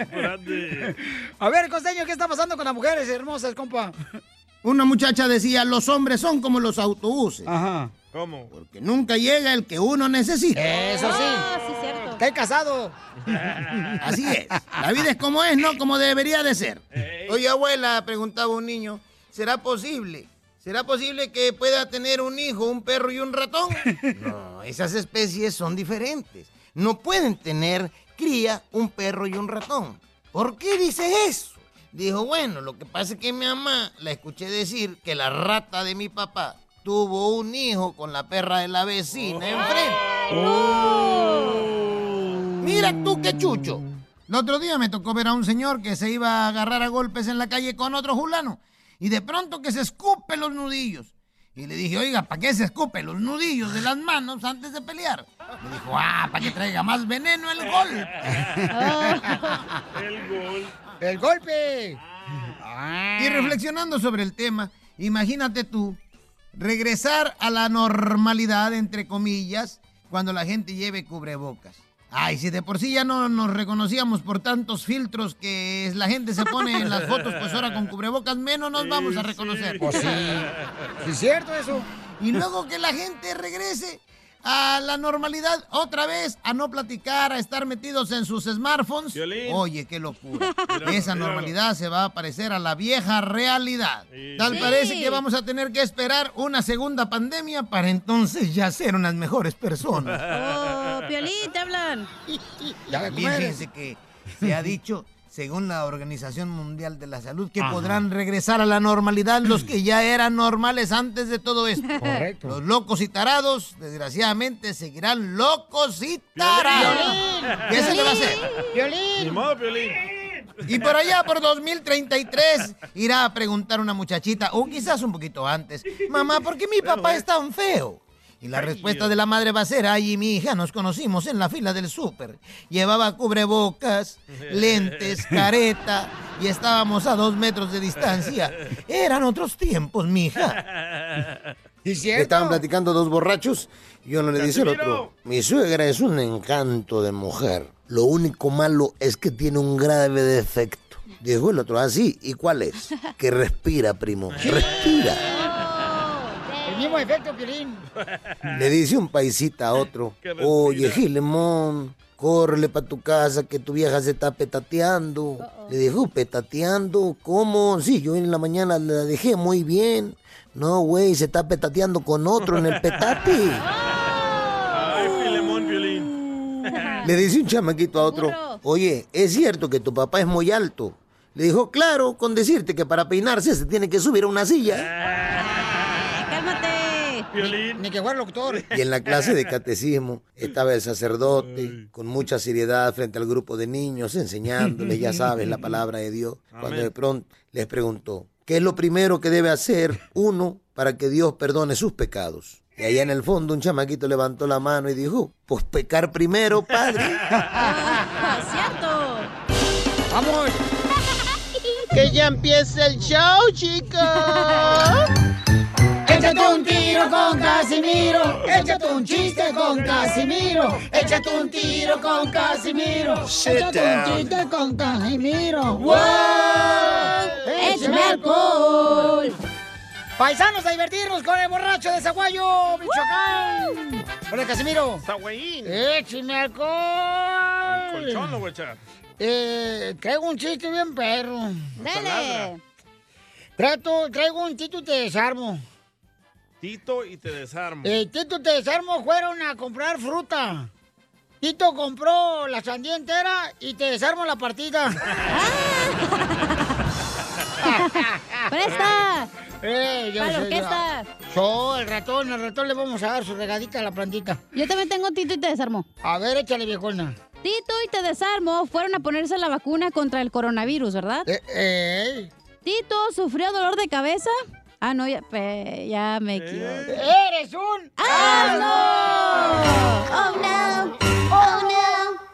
Espérate. A ver, Costeño, ¿qué está pasando con las mujeres hermosas, compa? Una muchacha decía, los hombres son como los autobuses. Ajá. <laughs> ¿Cómo? Porque nunca llega el que uno necesita. Eso sí. Ah, Ah, Ah. Está casado. Así es. La vida es como es, no como debería de ser. Oye, abuela, preguntaba un niño, ¿será posible? ¿Será posible que pueda tener un hijo, un perro y un ratón? No, esas especies son diferentes. No pueden tener cría un perro y un ratón. ¿Por qué dices eso? Dijo, bueno, lo que pasa es que mi mamá la escuché decir que la rata de mi papá tuvo un hijo con la perra de la vecina enfrente. Mira tú qué chucho. El otro día me tocó ver a un señor que se iba a agarrar a golpes en la calle con otro fulano. Y de pronto que se escupe los nudillos. Y le dije, oiga, ¿para qué se escupe los nudillos de las manos antes de pelear? Me dijo, ah, para que traiga más veneno el gol. El gol. <laughs> ¡El golpe! Y reflexionando sobre el tema, imagínate tú regresar a la normalidad, entre comillas, cuando la gente lleve cubrebocas. Ay, si de por sí ya no nos reconocíamos por tantos filtros que la gente se pone en las fotos, pues ahora con cubrebocas menos nos vamos a reconocer. Pues <laughs> sí. Sí, es cierto eso. Y luego que la gente regrese a la normalidad otra vez, a no platicar, a estar metidos en sus smartphones. Oye, <laughs> qué locura. Míralo, Esa míralo. normalidad se va a parecer a la vieja realidad. Sí. Tal Sí. parece que vamos a tener que esperar una segunda pandemia para entonces ya ser unas <laughs> mejores personas. Oh, Piolín, te hablan. Ya fíjense que se ha dicho, según la Organización Mundial de la Salud, que Ajá. podrán regresar a la normalidad <clears throat> los que ya eran normales antes de todo esto. Correcto. Los locos y tarados, desgraciadamente, seguirán locos y tarados. Piolín. ¿Qué se le va a hacer? Ni modo, Piolín. Y por allá, por 2033, irá a preguntar una muchachita, o quizás un poquito antes, mamá, ¿por qué mi papá es tan feo? Y la respuesta de la madre va a ser, ay, y mi hija, nos conocimos en la fila del súper. Llevaba cubrebocas, lentes, careta, y estábamos a dos metros de distancia. Eran otros tiempos, mi hija. Estaban platicando dos borrachos y uno le dice al Casimiro. otro, mi suegra es un encanto de mujer. Lo único malo es que tiene un grave defecto. Dijo el otro, así, ¿y cuál <laughs> es? Que respira, primo, respira. El mismo efecto, Piolín. Le dice un paisita a otro, oye, Gilemón, córrele para tu casa que tu vieja se está petateando. Le dijo, petateando, ¿cómo? Sí, yo en la mañana la dejé muy bien. No, güey, se está petateando con otro en el petate. Ay, Filemón, Piolín. <laughs> Le dice un chamaquito a otro, oye, ¿es cierto que tu papá es muy alto? Le dijo, claro, con decirte que para peinarse se tiene que subir a una silla. Cálmate. Piolín. Ni, ni que fuera doctor. Y en la clase de catecismo estaba el sacerdote con mucha seriedad frente al grupo de niños, enseñándoles, ya sabes, la palabra de Dios. Cuando Amén. de pronto les preguntó, ¿qué es lo primero que debe hacer uno para que Dios perdone sus pecados? Y allá en el fondo un chamaquito levantó la mano y dijo, pues pecar primero, padre. Ah, cierto. <laughs> Vamos. Que ya empiece el show, <laughs> chicos. Échate un tiro con Casimiro. Échate un chiste con Casimiro. Échate un tiro con Casimiro. Sit Échate un down. chiste con Casimiro. ¡Wow! ¡Échame alcohol! Paisanos a divertirnos con el borracho de Zaguayo, Michoacán. Hola, Casimiro. Zaguayín. ¡Échame alcohol! Colchón lo voy a echar. Eh, traigo un chiste bien perro. Dale. Trato, traigo un tito y te desarmo. Tito y te desarmo. Eh, tito y te desarmo fueron a comprar fruta. Tito compró la sandía entera y te desarmo la <laughs> partida. Ah. <laughs> ¡Presta! Eh, yo Para la sé, <laughs> yo- orquesta. Yo, el ratón, al ratón le vamos a dar su regadita a la plantita. Yo también tengo Tito y te desarmo. A ver, échale, viejona. Tito y te desarmo fueron a ponerse la vacuna contra el coronavirus, ¿verdad? Eh, Tito sufrió dolor de cabeza. Ah, no, ya, pe- ya me equivoqué. ¡Eres un asno! ¡Oh, no! ¡Oh,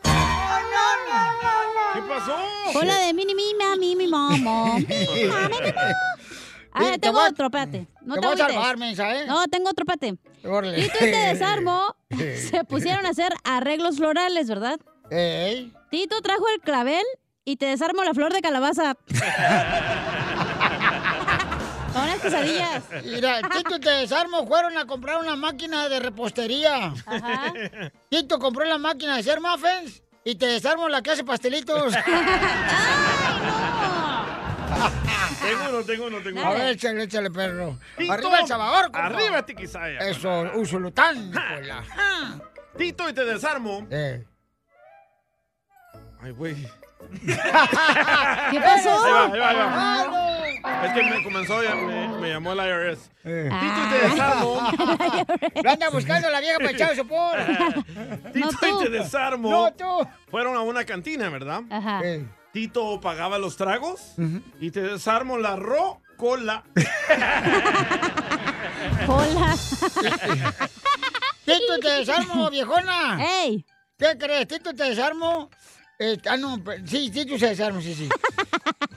no! ¿Qué pasó? Oh, Hola de mini, mi, mami, mi, momo. Mi, <laughs> mami, mi, mo. Ah, Te tengo voy a- otro, espérate. No te te, voy a agüites. salvar, mensa, ¿eh? No, tengo otro, espérate. Órale. Tito y te <laughs> desarmo se pusieron a hacer arreglos florales, ¿verdad? Ey. Tito trajo el clavel y te desarmo la flor de calabaza. Con las <laughs> quesadillas. Mira, Tito y te desarmo fueron a comprar una máquina de repostería. <laughs> Ajá. Tito compró la máquina de hacer muffins y te desarmo la que hace <laughs> pastelitos. Tengo uno, tengo uno, tengo uno. A ver, échale, échale, perro. Tito, Arriba el Salvador, compa. Arriba Tiquisaya. Eso, <laughs> usulután. Eh. Tito y te desarmo. <laughs> Ay, güey. Ah, ¿Qué pasó? Ahí va, ahí va, ahí va. Es que me comenzó, ya me, me llamó el IRS. Eh. Tito y <laughs> te desarmo. Ah. Lo anda buscando la vieja para echar sopor. <laughs> Tito y te tú. desarmo. No, tú. Fueron a una cantina, ¿verdad? Ajá. Ey. Tito pagaba los tragos y te desarmo la rocola. <laughs> Hola. <laughs> Tito, te desarmo, viejona. ¡Ey! ¿Qué crees? Tito, te desarmo. Eh, ah, no, pe- sí, Tito se desarmo, sí, sí.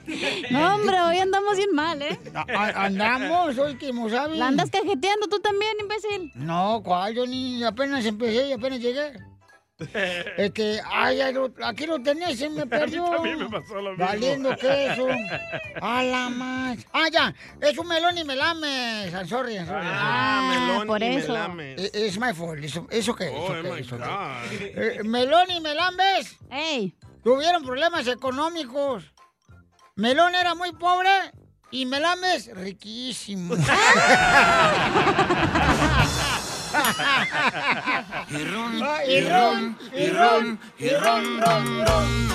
<laughs> No, hombre, hoy andamos bien mal, ¿eh? A- andamos, hoy que no sabes. La andas cajeteando tú también, imbécil. No, cuál, yo ni apenas empecé y apenas <laughs> llegué. Este, ay, ay, lo- aquí lo tenés, <laughs> se me perdió. también me pasó lo mismo. Valiendo <laughs> <laughs> queso. A la más. Ah, ya, es un melón y melames. I'm sorry, I'm sorry. Ah, melón por y eso. melames. Eh, It's my fault. Eso, eso qué es. Oh, eso qué my es, eso qué <laughs> God. es. Eh, melón y melambes. Ey. Tuvieron problemas económicos. Melón era muy pobre y melambes <laughs> riquísimo. Y ron, Ah, y ron, y ron, y ron, ron, ron.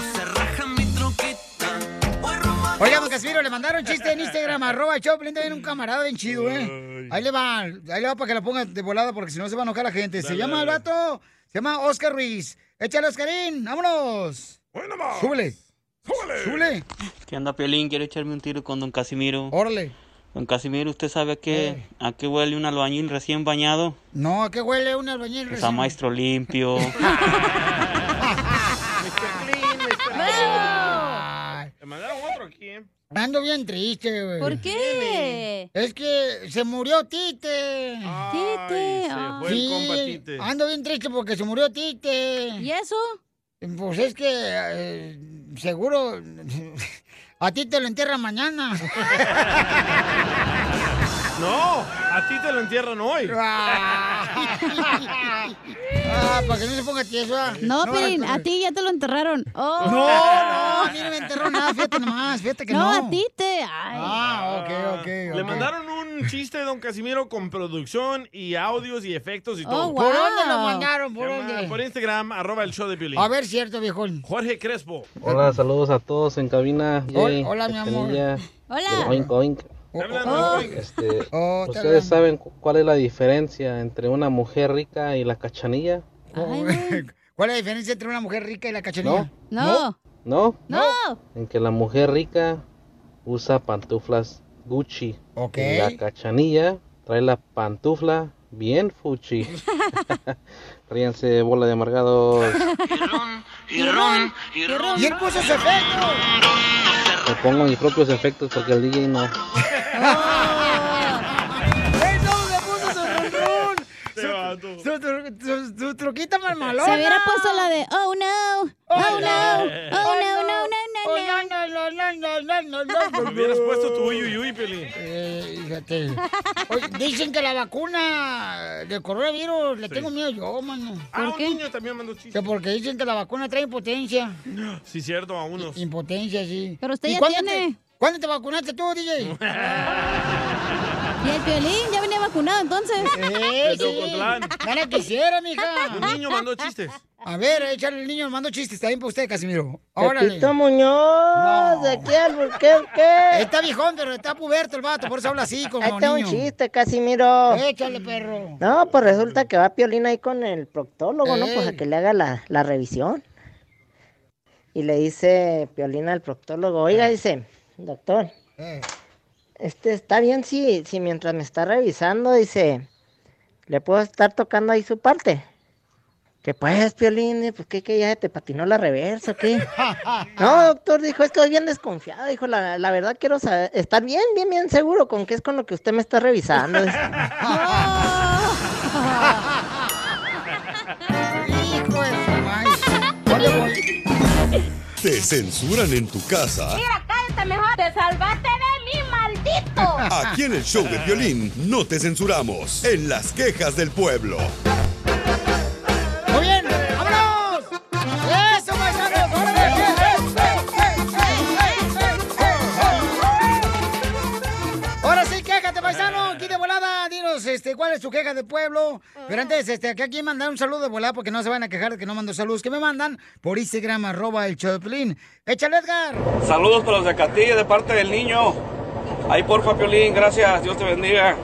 Oiga, don Casimiro, <laughs> le mandaron chiste en Instagram, arroba el Choplin, también un camarada bien chido, ¿eh? Ahí le va, ahí le va para que la ponga de volada, porque si no se va a enojar la gente. se Dale, llama dale. el vato, se llama Oscar Ruiz. Échale, Oscarín, vámonos. Súbele. Súbele. Súbele. ¿Qué onda, Piolín? Quiero echarme un tiro con don Casimiro. Órale. Don Casimiro, ¿usted sabe a qué, Eh. a qué huele un albañil recién bañado? No, ¿a qué huele un albañil Pues a recién? <laughs> maestro limpio. <laughs> Ay, Te mandaron otro aquí, ¿eh? Ando bien triste, güey. ¿Por qué? Es que se murió Tite. Tite. se fue el compa Tite. Ando bien triste porque se murió Tite. ¿Y eso? Pues es que eh, seguro a ti te lo entierran mañana. No, a ti te lo entierran hoy. Ah, para que no se ponga tieso. ah. No, No, Pelín, no. a ti ya te lo enterraron. Oh. No, no, a mí no me enterró nada, fíjate nomás, fíjate que no. No, a ti te. Ay. Ah, ok, ok. Le mandaron un chiste de Don Casimiro con producción y audios y efectos y Oh, todo. ¿Por wow. dónde lo mandaron? ¿Por Se llama- dónde? Por Instagram, arroba el show de Piolín. A ver, cierto, viejón. Jorge Crespo. Hola, saludos a todos en cabina. Hol- Yay, hola, mi amor. Cachanilla, Hola. el oink, oink. Este, Oh, te hablan. ¿Ustedes saben cu- cuál es la diferencia entre una mujer rica y la cachanilla? <laughs> Oh. ¿Cuál es la diferencia entre una mujer rica y la cachanilla? ¿No? No. En que la mujer rica usa pantuflas Gucci. Y la cachanilla trae la pantufla bien fuchi. <laughs> Ríanse, bola de amargados. <laughs> Y ron, y ron. Y él puso su efecto. Me pongo mis propios efectos porque el DJ no. ¡Él no le puso su ronrón! Su, su, tru- su- su truquita malmalona. Se hubiera puesto la de Oh no, oh no, oh no, no, no. Oh, no, no, no, no, no, no, no, no, Me no. <laughs> hubieras puesto tu uy, uy, uy, Piolín. Fíjate. Oye, dicen que la vacuna de coronavirus le tengo miedo yo, mano. Ah, un niño también mandó chiste. Que porque dicen que la vacuna trae impotencia. Sí, cierto, a unos. Impotencia, sí. Pero usted ¿Y ya cuándo tiene. Te, ¿Cuándo te vacunaste tú, <laughs> DJ? Y el Piolín ya venía vacunado entonces. <laughs> Eh, sí. Gana quisiera, mija. Un niño mandó chistes. A ver, échale el niño, mando chistes también para usted, Casimiro. Órale. Pepito Muñoz, de aquí al Burquerque. Está viejón, pero está puberto el vato, por eso habla así como Ahí está un niño. chiste, Casimiro. Échale, perro. No, pues resulta que va Piolín ahí con el proctólogo, ¿no? Pues a Ey. que le haga la, la revisión. Y le dice Piolín al proctólogo, oiga, dice, doctor, este está bien si, si mientras me está revisando, dice, le puedo estar tocando ahí su parte. Que pues, Piolín, eh, pues que, que ya te patinó la reversa, o ¿qué? No, doctor, dijo, es que estoy bien desconfiado, dijo, la, la verdad quiero saber, estar bien, bien, bien seguro con qué es con lo que usted me está revisando. dice. Hijo de su maíz. ¿Dónde voy? ¿Te censuran en tu casa? cállate mejor. Te salvaste de mí, maldito. <laughs> Aquí en el show de violín no te censuramos. En las quejas del pueblo. Muy bien, vámonos. Eso, paisanos, órale. Ah. Ahora sí, quéjate, paisano. Aquí de volada, dinos, este, ¿cuál ¿Cuál es tu queja de pueblo? Pero antes, este, que aquí mandar un saludo de volada porque no se van a quejar de que no mando saludos. Que me mandan por Instagram, arroba el Choplin. Échale, Edgar. Saludos para los de Castilla de parte del niño. Ahí porfa, Piolín, gracias, Dios te bendiga.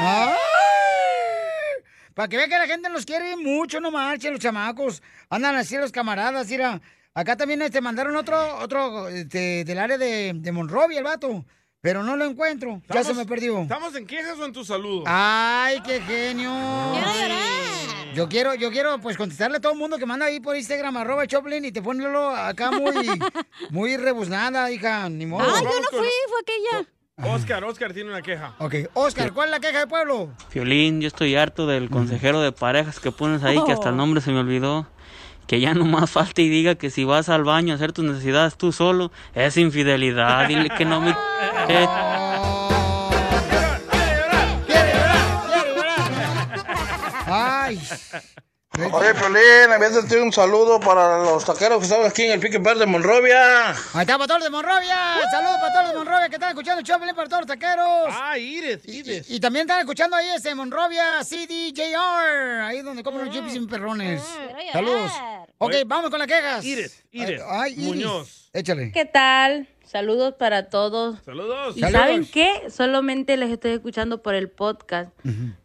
¡Ay! Para que vea que la gente los quiere mucho, no marchen los chamacos. Andan así los camaradas, mira. Acá también te mandaron otro, otro este, del área de, de Monrovia, el vato. Pero no lo encuentro. Ya se Estamos- me perdió. ¿Estamos en quejas o en tu saludo? Ay, qué genio. Yo quiero, yo quiero pues contestarle a todo el mundo que manda ahí por Instagram, arroba Choplin, y te pone lo acá muy, muy rebuznada, hija, ni modo. Ah, yo no fui, fue aquella. Oscar, Oscar tiene una queja. Ok, Oscar, ¿cuál es la queja del pueblo? Piolín, yo estoy harto del consejero de parejas que pones ahí, que hasta Oh. el nombre se me olvidó. Que ya nomás <laughs> falta y diga que si vas al baño a hacer tus necesidades tú solo, es infidelidad. Dile que no me... Ah. Eh, Ay. Oye, Piolín, envíate un saludo para los taqueros que están aquí en el Pique Verde, Monrovia. Ahí está para todos los de Monrovia. Saludos para todos los de Monrovia que están escuchando el Choplin para todos los taqueros. Ah, Iris, Iris. Y, y también están escuchando ahí ese Monrovia CDJR, ahí donde comen Ah. los chips sin perrones. Saludos. Ok, vamos con las quejas. Iris, Iris, Ay, Iris. Muñoz. Échale. ¿Qué tal? Saludos para todos. Saludos. ¿Y Saludos. saben qué? Solamente les estoy escuchando por el podcast,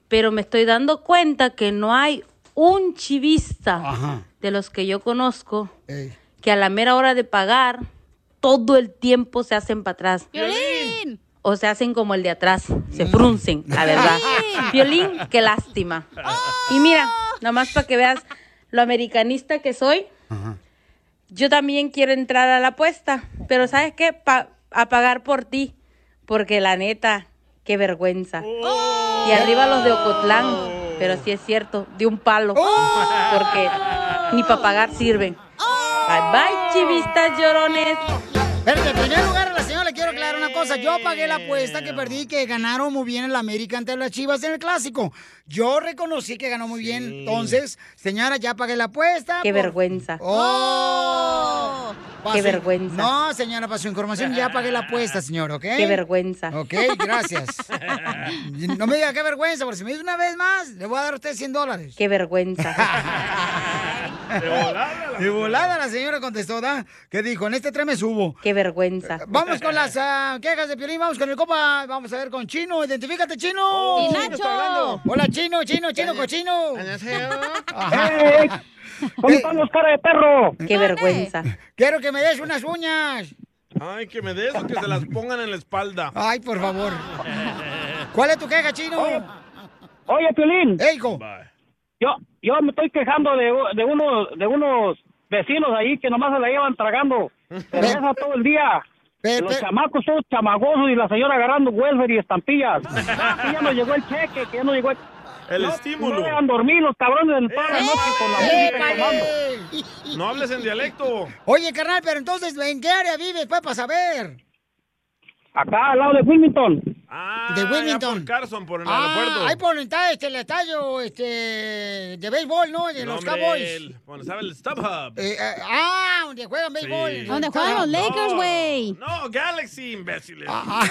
pero me estoy dando cuenta que no hay un chivista de los que yo conozco que a la mera hora de pagar todo el tiempo se hacen para atrás. O se hacen como el de atrás, se fruncen, la verdad. Violín, qué lástima. Y mira, nomás para que veas lo americanista que soy, yo también quiero entrar a la apuesta, pero ¿sabes qué? Pa- a pagar por ti, porque la neta, qué vergüenza. Y arriba los de Ocotlán, pero sí es cierto, de un palo, porque ni para pagar sirven. Bye bye, chivistas llorones. Espérate, en primer lugar, a la señora le quiero aclarar una cosa. Yo pagué la apuesta que perdí, que ganaron muy bien el América ante las Chivas en el Clásico. Yo reconocí que ganó muy bien. Entonces, señora, ya pagué la apuesta. Qué vergüenza. ¡Oh! Qué Paso- vergüenza. No, señora, para su información, ya pagué la apuesta, señor, ¿ok? Qué vergüenza. Ok, <laughs> gracias. No me diga qué vergüenza, porque si me dice una vez más, le voy a dar a usted 100 dólares. Qué vergüenza. <laughs> De volada, la señora contestó, ¿da? ¿Qué dijo? En este tren me subo. Qué vergüenza. Vamos con <laughs> las ah, quejas de Piolín, vamos con el copa, vamos a ver con Chino, identifícate Chino. Oh, Y Nacho. Hola Chino, Chino, Chino, cochino. <laughs> ¡Ey! ¿Cómo están los cara de perro? ¡Qué vergüenza! Quiero que me des unas uñas. Ay, que me des o que se las pongan en la espalda. Ay, por favor. ¿Cuál es tu queja, Chino? Oye, Piolín. Ey, hijo. Yo, yo me estoy quejando de, u- de, unos, de unos vecinos ahí que nomás se la llevan tragando cerveza todo el día. los chamacos son chamagosos y la señora agarrando welfare y estampillas. Que ya no llegó el cheque, que ya no llegó el... El No, estímulo. No dejan dormir los cabrones Eh, del padre, no, que con la música tomando. No hables en dialecto. Oye, carnal, pero entonces, ¿en qué área vives, pues, para saber? Acá al lado de Wilmington. de Wilmington. Ah, por Carson, por el Ah, ahí aeropuerto. por donde está este, el estadio este, de béisbol, ¿no? pues, De No, los hombre, Cowboys. el- Bueno, sabe el StubHub. Eh, eh, ah, donde juegan béisbol. Sí. Donde No, No, Galaxy, imbéciles. Ah,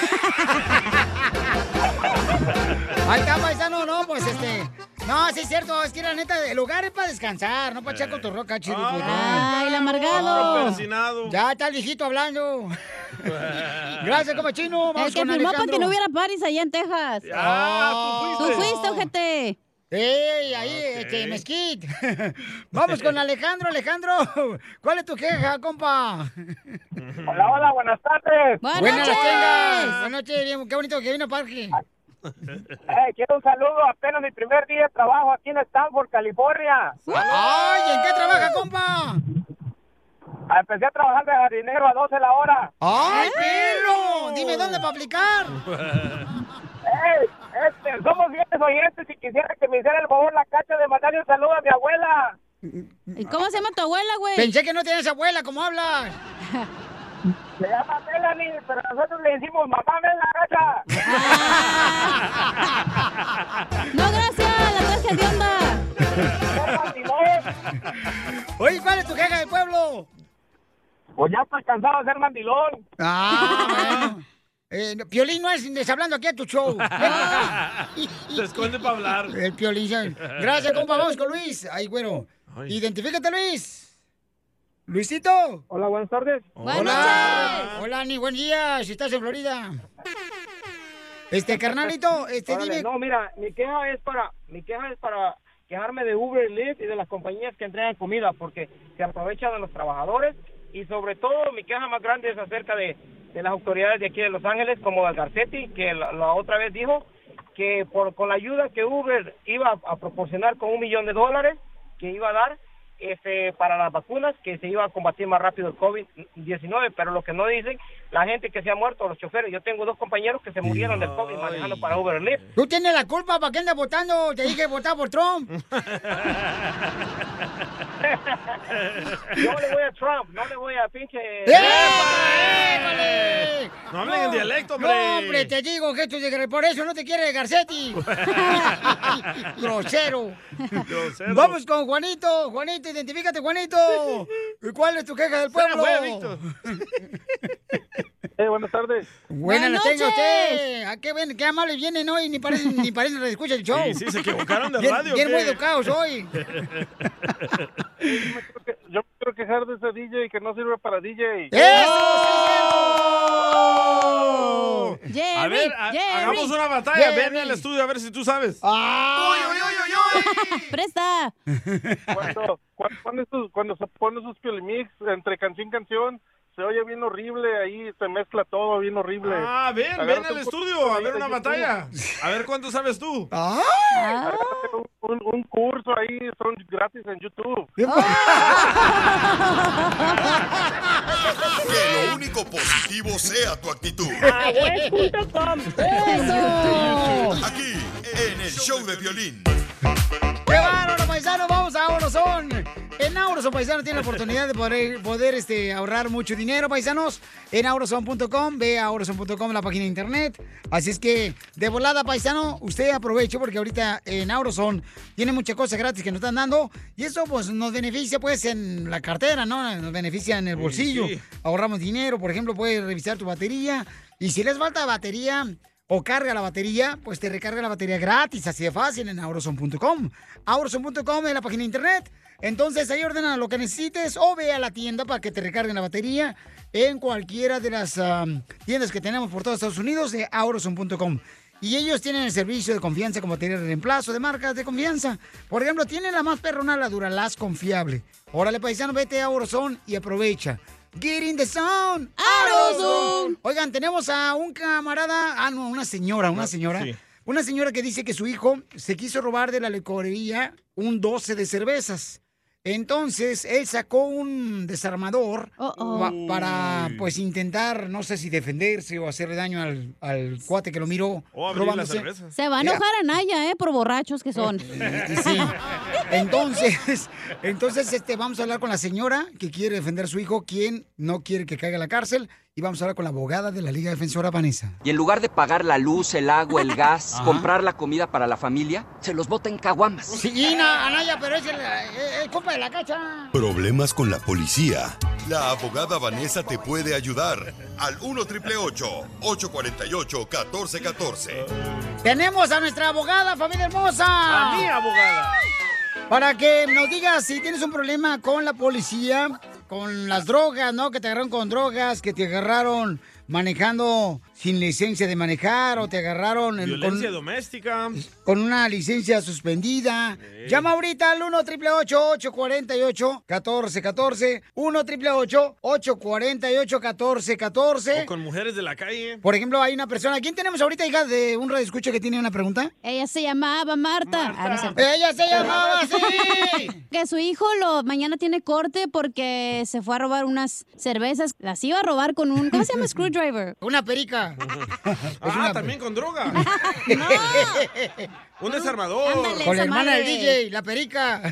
Ahí está, paisano, no, pues este. No, sí es cierto, es que la neta, el lugar es para descansar, no para echar cotorreo acá, chido. Eh. pues, Ay, el otro amargado. Ya está el viejito hablando. Gracias, como chino. Vamos El que con firmó para Alejandro. que no hubiera paris allá en Texas. Ah, tú tú fuiste. fuiste, ojete. Ah, ¡Ey, ahí, este, <laughs> mezquit! Vamos con Alejandro, Alejandro. ¿Cuál es tu queja, compa? Hola, hola, buenas tardes. Buenas noches. Buenas noches, bien, qué bonito que vino Parque. Eh, quiero un saludo, apenas mi primer día de <laughs> trabajo aquí en Stanford, California. ¡Ay! ¿En qué trabaja, compa? Ah, Empecé a trabajar de jardinero a 12 la hora. ¡Ay, perro! Dime dónde para aplicar. Ey, este, somos fieles oyentes y Este, quisiera que me hiciera el favor la cacha de mandarle un saludo a mi abuela. ¿Y cómo se llama tu abuela, güey? Pensé que no tenías abuela, ¿cómo hablas? Se llama Melanie, pero nosotros le decimos mamá ven la cacha. No, gracias, la traje de onda. Oye, ¿cuál es tu queja del pueblo? <laughs> Pues ya estoy cansado de ser mandilón. Ah, Eh, no, Piolín no es deshablando aquí a tu show. Se esconde para hablar. El Piolín. ya- Gracias, compa. Vamos con Luis. Ay, güero. Identifícate, Luis. Luisito. Hola, buenas tardes. Hola. Hola, Ani, buen día. Si estás en Florida. Este, carnalito, este, Órale, dime. No, mira, mi queja es para, mi queja es para quejarme de Uber y Lyft y de las compañías que entregan comida porque se aprovechan de los trabajadores y sobre todo mi queja más grande es acerca de, de las autoridades de aquí de Los Ángeles como Algarcetti que la, la otra vez dijo que por con la ayuda que Uber iba a, a proporcionar con un millón de dólares que iba a dar este para las vacunas que se iba a combatir más rápido el COVID-19, pero lo que no dicen la gente que se ha muerto, los choferes, yo tengo dos compañeros que se murieron del COVID manejando para Uber y Lyft. Tú tienes la culpa, ¿para qué andas votando? Te dije votar por <laughs> Trump. Yo le voy a Trump, no le voy a pinche. ¡Eh! No hablen en dialecto, hombre. No, hombre, te digo que esto es de- por eso no te <laughs> quiere Garcetti. Grosero. Vamos con Juanito. Juanito, identifícate, Juanito. ¿Cuál es tu queja del pueblo? Fuera, fuera, Víctor. Eh, buenas tardes. Buenas la tenga usted. ¿A qué, bien, qué amables vienen hoy? Ni parecen, ni parecen que escucha el show. Sí, sí, se equivocaron de Bien- radio, Bien ¿o muy qué? educados hoy. Yo me quiero quejar de ese DJ que no sirve para DJ. ¡Eso! Oh. a ver, ha- Jerry, hagamos una batalla. Jerry. Ah. Ven al estudio a ver si tú sabes. <laughs> ¡Presta! Cuando, cuando, pone sus, cuando se pone sus piolimics entre canción y canción, se oye bien horrible, ahí se mezcla todo bien horrible. Ah, ven, ven Agárrate al un estudio curso a ahí ver de una YouTube. batalla. A ver cuánto sabes tú. Agárrate Un, un- un curso ahí, son gratis en YouTube. Que lo único positivo sea tu actitud. Agüez.com. ¡Eso! Aquí, en el show de violín. ¡Qué bárbaro, paisano! Vamos a Auroson. En Auroson, paisano, tiene la oportunidad de poder, poder, este, ahorrar mucho dinero, paisanos. En auroson.com, ve a auroson.com la página de internet. Así es que, de volada, paisano, usted aproveche porque ahorita en Auroson tiene muchas cosas gratis que nos están dando. Y eso, pues, nos beneficia, pues, en la cartera, ¿no? Nos beneficia en el bolsillo. sí. Ahorramos dinero, por ejemplo, puedes revisar tu batería. Y si les falta batería o carga la batería, pues te recarga la batería gratis, así de fácil, en auroson.com. Auroson.com es la página de internet. Entonces ahí ordena lo que necesites o ve a la tienda para que te recarguen la batería en cualquiera de las am, tiendas que tenemos por todos Estados Unidos de auroson.com. Y ellos tienen el servicio de confianza con batería de reemplazo de marcas de confianza. Por ejemplo, tienen la más perrona, la Duralast confiable. Órale, paisano, vete a Auroson y aprovecha. Get in the zone. AutoZone. Oigan, tenemos a un camarada, ah, no, una señora, una señora. sí. Una señora que dice que su hijo se quiso robar de la licorería un 12 de cervezas. Entonces, él sacó un desarmador pa- para, pues, intentar, no sé si defenderse o hacerle daño al, al cuate que lo miró O abrir robándose. las cervezas. Se va a Eh, enojar a Naya, ¿eh? Por borrachos que son. y Eh, sí. Entonces, <laughs> entonces este, vamos a hablar con la señora que quiere defender a su hijo, quien no quiere que caiga a la cárcel, y vamos a hablar con la abogada de la Liga Defensora Vanessa. Y en lugar de pagar la luz, el agua, el gas, Ajá. comprar la comida para la familia, se los bota en caguamas. Sí, Ina, Anaya, pero es el, eh, eh, culpa de la cacha. Problemas con la policía. La abogada Vanessa te puede ayudar. Al 1 848 1414 Tenemos a nuestra abogada, familia hermosa. A mi abogada. Para que nos digas si tienes un problema con la policía, con las drogas, ¿no? Que te agarraron con drogas, que te agarraron manejando sin licencia de manejar o te agarraron en- Violencia con, doméstica. con una licencia suspendida. Llama ahorita al 1 888 848 1414 1 888 848 1414 Con mujeres de la calle. Por ejemplo, hay una persona. ¿Quién tenemos ahorita, hija, de un radioescucha que tiene una pregunta? Ella se llamaba Marta. Ah, no es cierto. Ella se <laughs> llamaba así. Que su hijo lo mañana tiene corte porque se fue a robar unas cervezas. Las iba a robar con un. ¿Cómo se <laughs> llama? Screwdriver. pues Una perica. <laughs> Ah, también con droga. Un desarmador. Con la hermana del DJ, <laughs> la perica.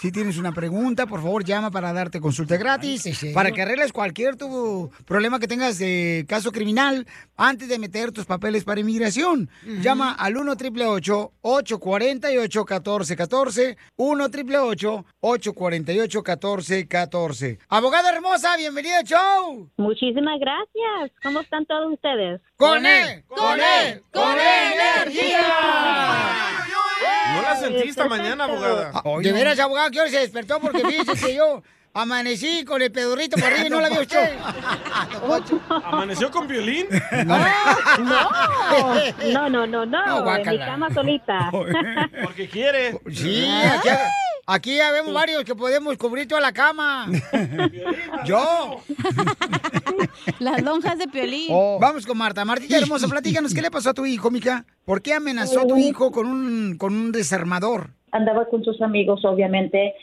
Si tienes una pregunta, por favor, llama para darte consulta gratis, para que arregles cualquier tu problema que tengas de caso criminal antes de meter tus papeles para inmigración. Llama al 1 888 848 1414 1 888 848 1414 Abogada hermosa, bienvenida al show. Muchísimas gracias. ¿Cómo están todos ustedes? ¡Con él! ¡Con él! ¡Con E energía! No la sentí esta mañana, abogada. Ah, De veras, abogado, que hoy se despertó porque fíjese que <laughs> yo amanecí con el pedorrito para arriba y no la vio usted. ¿Amaneció con violín? No, no, no, No, no, no. en mi guácala. cama solita. Porque quiere. Sí, aquí, <laughs> aquí ya vemos varios que podemos cubrir toda la cama. yo. <laughs> Las lonjas de piolín. Oh. Oh. Vamos con Marta. <laughs> Martita hermosa, platícanos, ¿qué le pasó a tu hijo, mica? ¿Por qué amenazó a tu hijo con un, con un desarmador? Andaba con sus amigos, obviamente.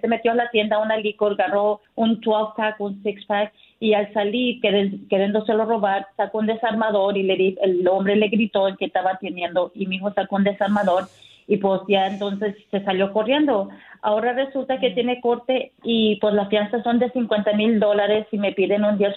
Se metió en la tienda una licor, agarró un 12-pack, un 6-pack, y al salir, queren- queriéndoselo robar, sacó un desarmador y le di- el hombre le gritó el que estaba teniendo, y mi hijo sacó un desarmador, y pues ya entonces se salió corriendo. Ahora resulta que tiene corte y pues las fianzas son de 50 mil dólares y me piden un 10%,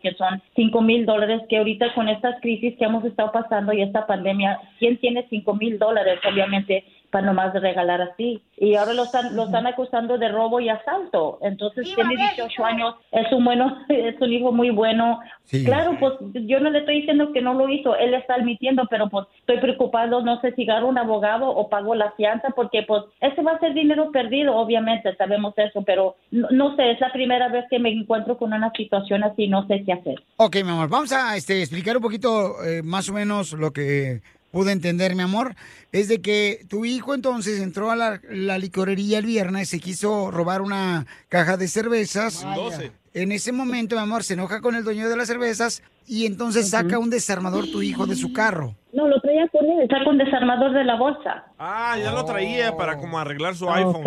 que son 5 mil dólares, que ahorita con estas crisis que hemos estado pasando y esta pandemia, ¿quién tiene 5 mil dólares, obviamente, para nomás regalar así? Y ahora lo están, lo están acusando de robo y asalto. Entonces tiene 18 años, es un, bueno, <laughs> es un hijo muy bueno. Sí. Claro, pues yo no le estoy diciendo que no lo hizo, él está admitiendo, pero pues estoy preocupado, no sé si agarro un abogado o pago la fianza, porque pues ese va a ser dinero perdido, obviamente, sabemos eso, pero no, no sé, es la primera vez que me encuentro con una situación así, no sé qué hacer. Ok, mi amor, vamos a este, explicar un poquito eh, más o menos lo que pude entender, mi amor. Es de que tu hijo entonces entró a la, la licorería el viernes, se quiso robar una caja de cervezas. Vaya. 12. En ese momento, mi amor, se enoja con el dueño de las cervezas y entonces saca un desarmador tu hijo de su carro. No, lo traía con él, está con desarmador de la bolsa. <laughs> Ah, ya lo traía para como arreglar Ah, su iPhone.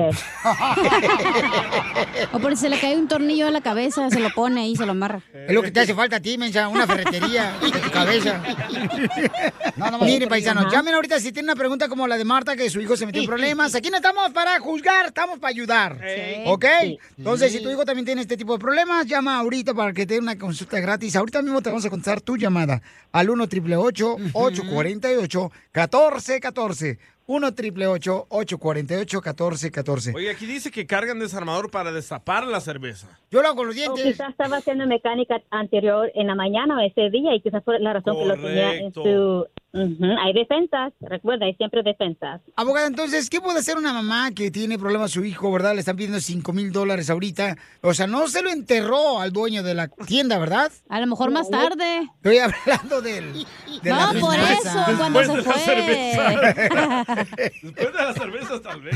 O porque se le cae un tornillo a la cabeza, se lo pone ahí, se lo amarra. Es lo que te hace falta a ti, mensa, una ferretería <laughs> en tu cabeza. <laughs> No, no, mire, paisanos, llamen ahorita si tienen una pregunta como la de Marta, que su hijo se metió en problemas. Aquí no estamos para juzgar, estamos para ayudar. Sí. <laughs> ¿Ok? Sí. Entonces, si tu hijo también tiene este tipo de problemas, llama ahorita para que te dé una consulta gratis. Ahorita mismo te vamos a contestar tu llamada al 1 888 848 1414 1 888 848 1414 Oye, aquí dice que cargan desarmador para destapar la cerveza. Yo lo hago con los O quizás estaba haciendo mecánica anterior en la mañana o ese día y quizás fue la razón que lo tenía en Correcto. su... Ujú, Hay defensas, recuerda, hay siempre defensas. Abogada, entonces, ¿qué puede hacer una mamá que tiene problemas su hijo, verdad? Le están pidiendo 5 mil dólares ahorita. O sea, no se lo enterró al dueño de la tienda, ¿verdad? A lo mejor más tarde. Estoy hablando del. De No, la por venganza. eso, cuando se fue. <laughs> Después de las cervezas, tal vez.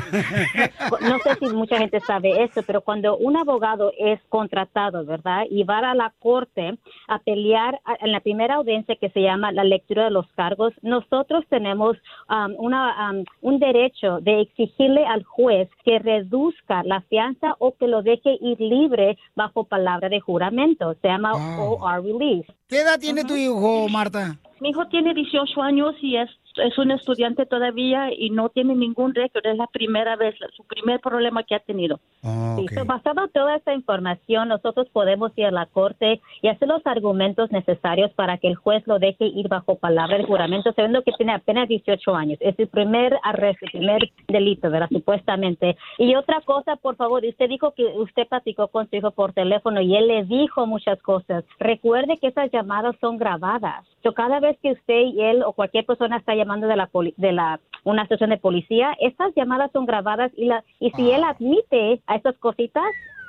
no sé si mucha gente sabe eso, pero cuando un abogado es contratado, ¿verdad? Y va a la corte a pelear a- en la primera audiencia que se llama la lectura de los cargos, nosotros tenemos um, una, um, un derecho de exigirle al juez que reduzca la fianza o que lo deje ir libre bajo palabra de juramento. Se llama OR release. ¿Qué edad tiene tu hijo, Marta? Mi hijo tiene 18 años y es, es un estudiante todavía y no tiene ningún récord. Es la primera vez, su primer problema que ha tenido. Sí, so, basado en toda esta información, nosotros podemos ir a la corte y hacer los argumentos necesarios para que el juez lo deje ir bajo palabra de juramento, sabiendo que tiene apenas 18 años. Es el primer arresto, el primer delito, ¿verdad? Supuestamente. Y otra cosa, por favor, usted dijo que usted platicó con su hijo por teléfono y él le dijo muchas cosas. Recuerde que esas llamadas son grabadas. So, cada vez que usted y él o cualquier persona está llamando de la, poli- de la una estación de policía, estas llamadas son grabadas y, la, y si él admite a estas cositas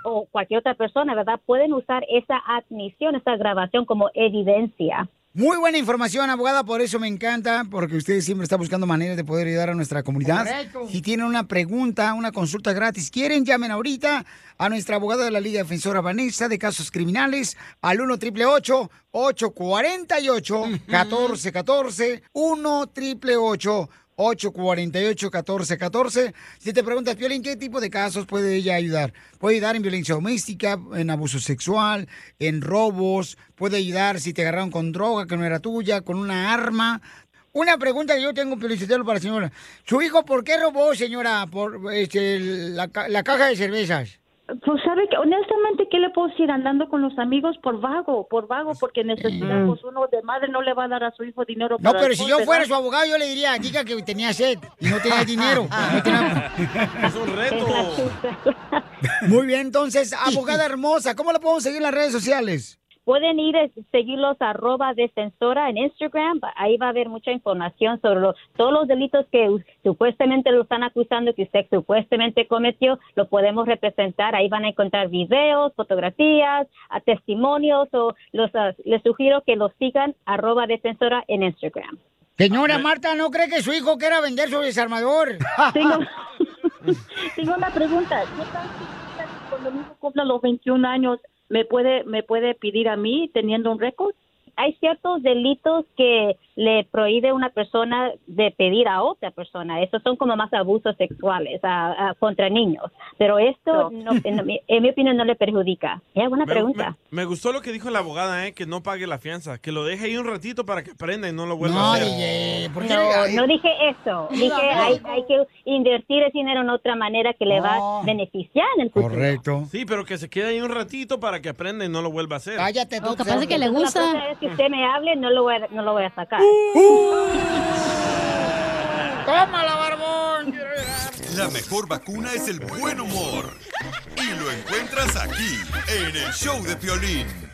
o cualquier otra persona, ¿verdad? Pueden usar esa admisión, esa grabación como evidencia. Muy buena información, abogada, por eso me encanta, porque usted siempre está buscando maneras de poder ayudar a nuestra comunidad. Correcto. Si tienen una pregunta, una consulta gratis, quieren, llamen ahorita a nuestra abogada de la Liga Defensora Vanessa de Casos Criminales al 1 888 848 1414 1 888 848-1414. Si te preguntas, Piolín, ¿qué tipo de casos puede ella ayudar? Puede ayudar en violencia doméstica, en abuso sexual, en robos, puede ayudar si te agarraron con droga que no era tuya, con una arma. Una pregunta que yo tengo, Felicitelo, para la señora. ¿Su hijo por qué robó, señora, por este, la, ca- la caja de cervezas? Pues sabe que honestamente, ¿qué le puedo decir? Andando con los amigos por vago, por vago, porque pues, necesitamos uno de madre, no le va a dar a su hijo dinero. No, para pero el si yo bote, fuera ¿no? su abogado, yo le diría, diga que tenía sed y no <laughs> tenía dinero. No tenía- Es un reto. <laughs> Muy bien, entonces, abogada hermosa, ¿cómo la podemos seguir en las redes sociales? Pueden ir a seguirlos arroba defensora en Instagram. Ahí va a haber mucha información sobre los- todos los delitos que u- supuestamente lo están acusando, que usted supuestamente cometió. Lo podemos representar. Ahí van a encontrar videos, fotografías, a testimonios. O los, ah, les sugiero que los sigan arroba defensora en Instagram. Ah, Señora Marta, ¿no cree que su hijo quiera vender su desarmador? Tengo una pregunta. ¿Qué tal si cuando mi hijo cumpla los 21 años me puede me puede pedir a mí teniendo un récord? Hay ciertos delitos que le prohíbe una persona de pedir a otra persona. Esos son como más abusos sexuales a- a- contra niños. Pero esto, no, en, mi, en mi opinión, no le perjudica. Es buena Me- pregunta. Me gustó lo que dijo la abogada, ¿eh? que no pague la fianza, que lo deje ahí un ratito para que aprenda y no lo vuelva No, a hacer. DJ, ¿por No, no dije eso. Dije hay, hay que invertir ese dinero en otra manera que le va a beneficiar en el futuro. Correcto. Sí, pero que se quede ahí un ratito para que aprenda y no lo vuelva a hacer. Cállate tú. parece que le gusta. La próxima vez que usted me hable, no lo voy a, no lo voy a sacar. ¡Tómala, barbón! La mejor vacuna es el buen humor. Y lo encuentras aquí, en el show de Piolín.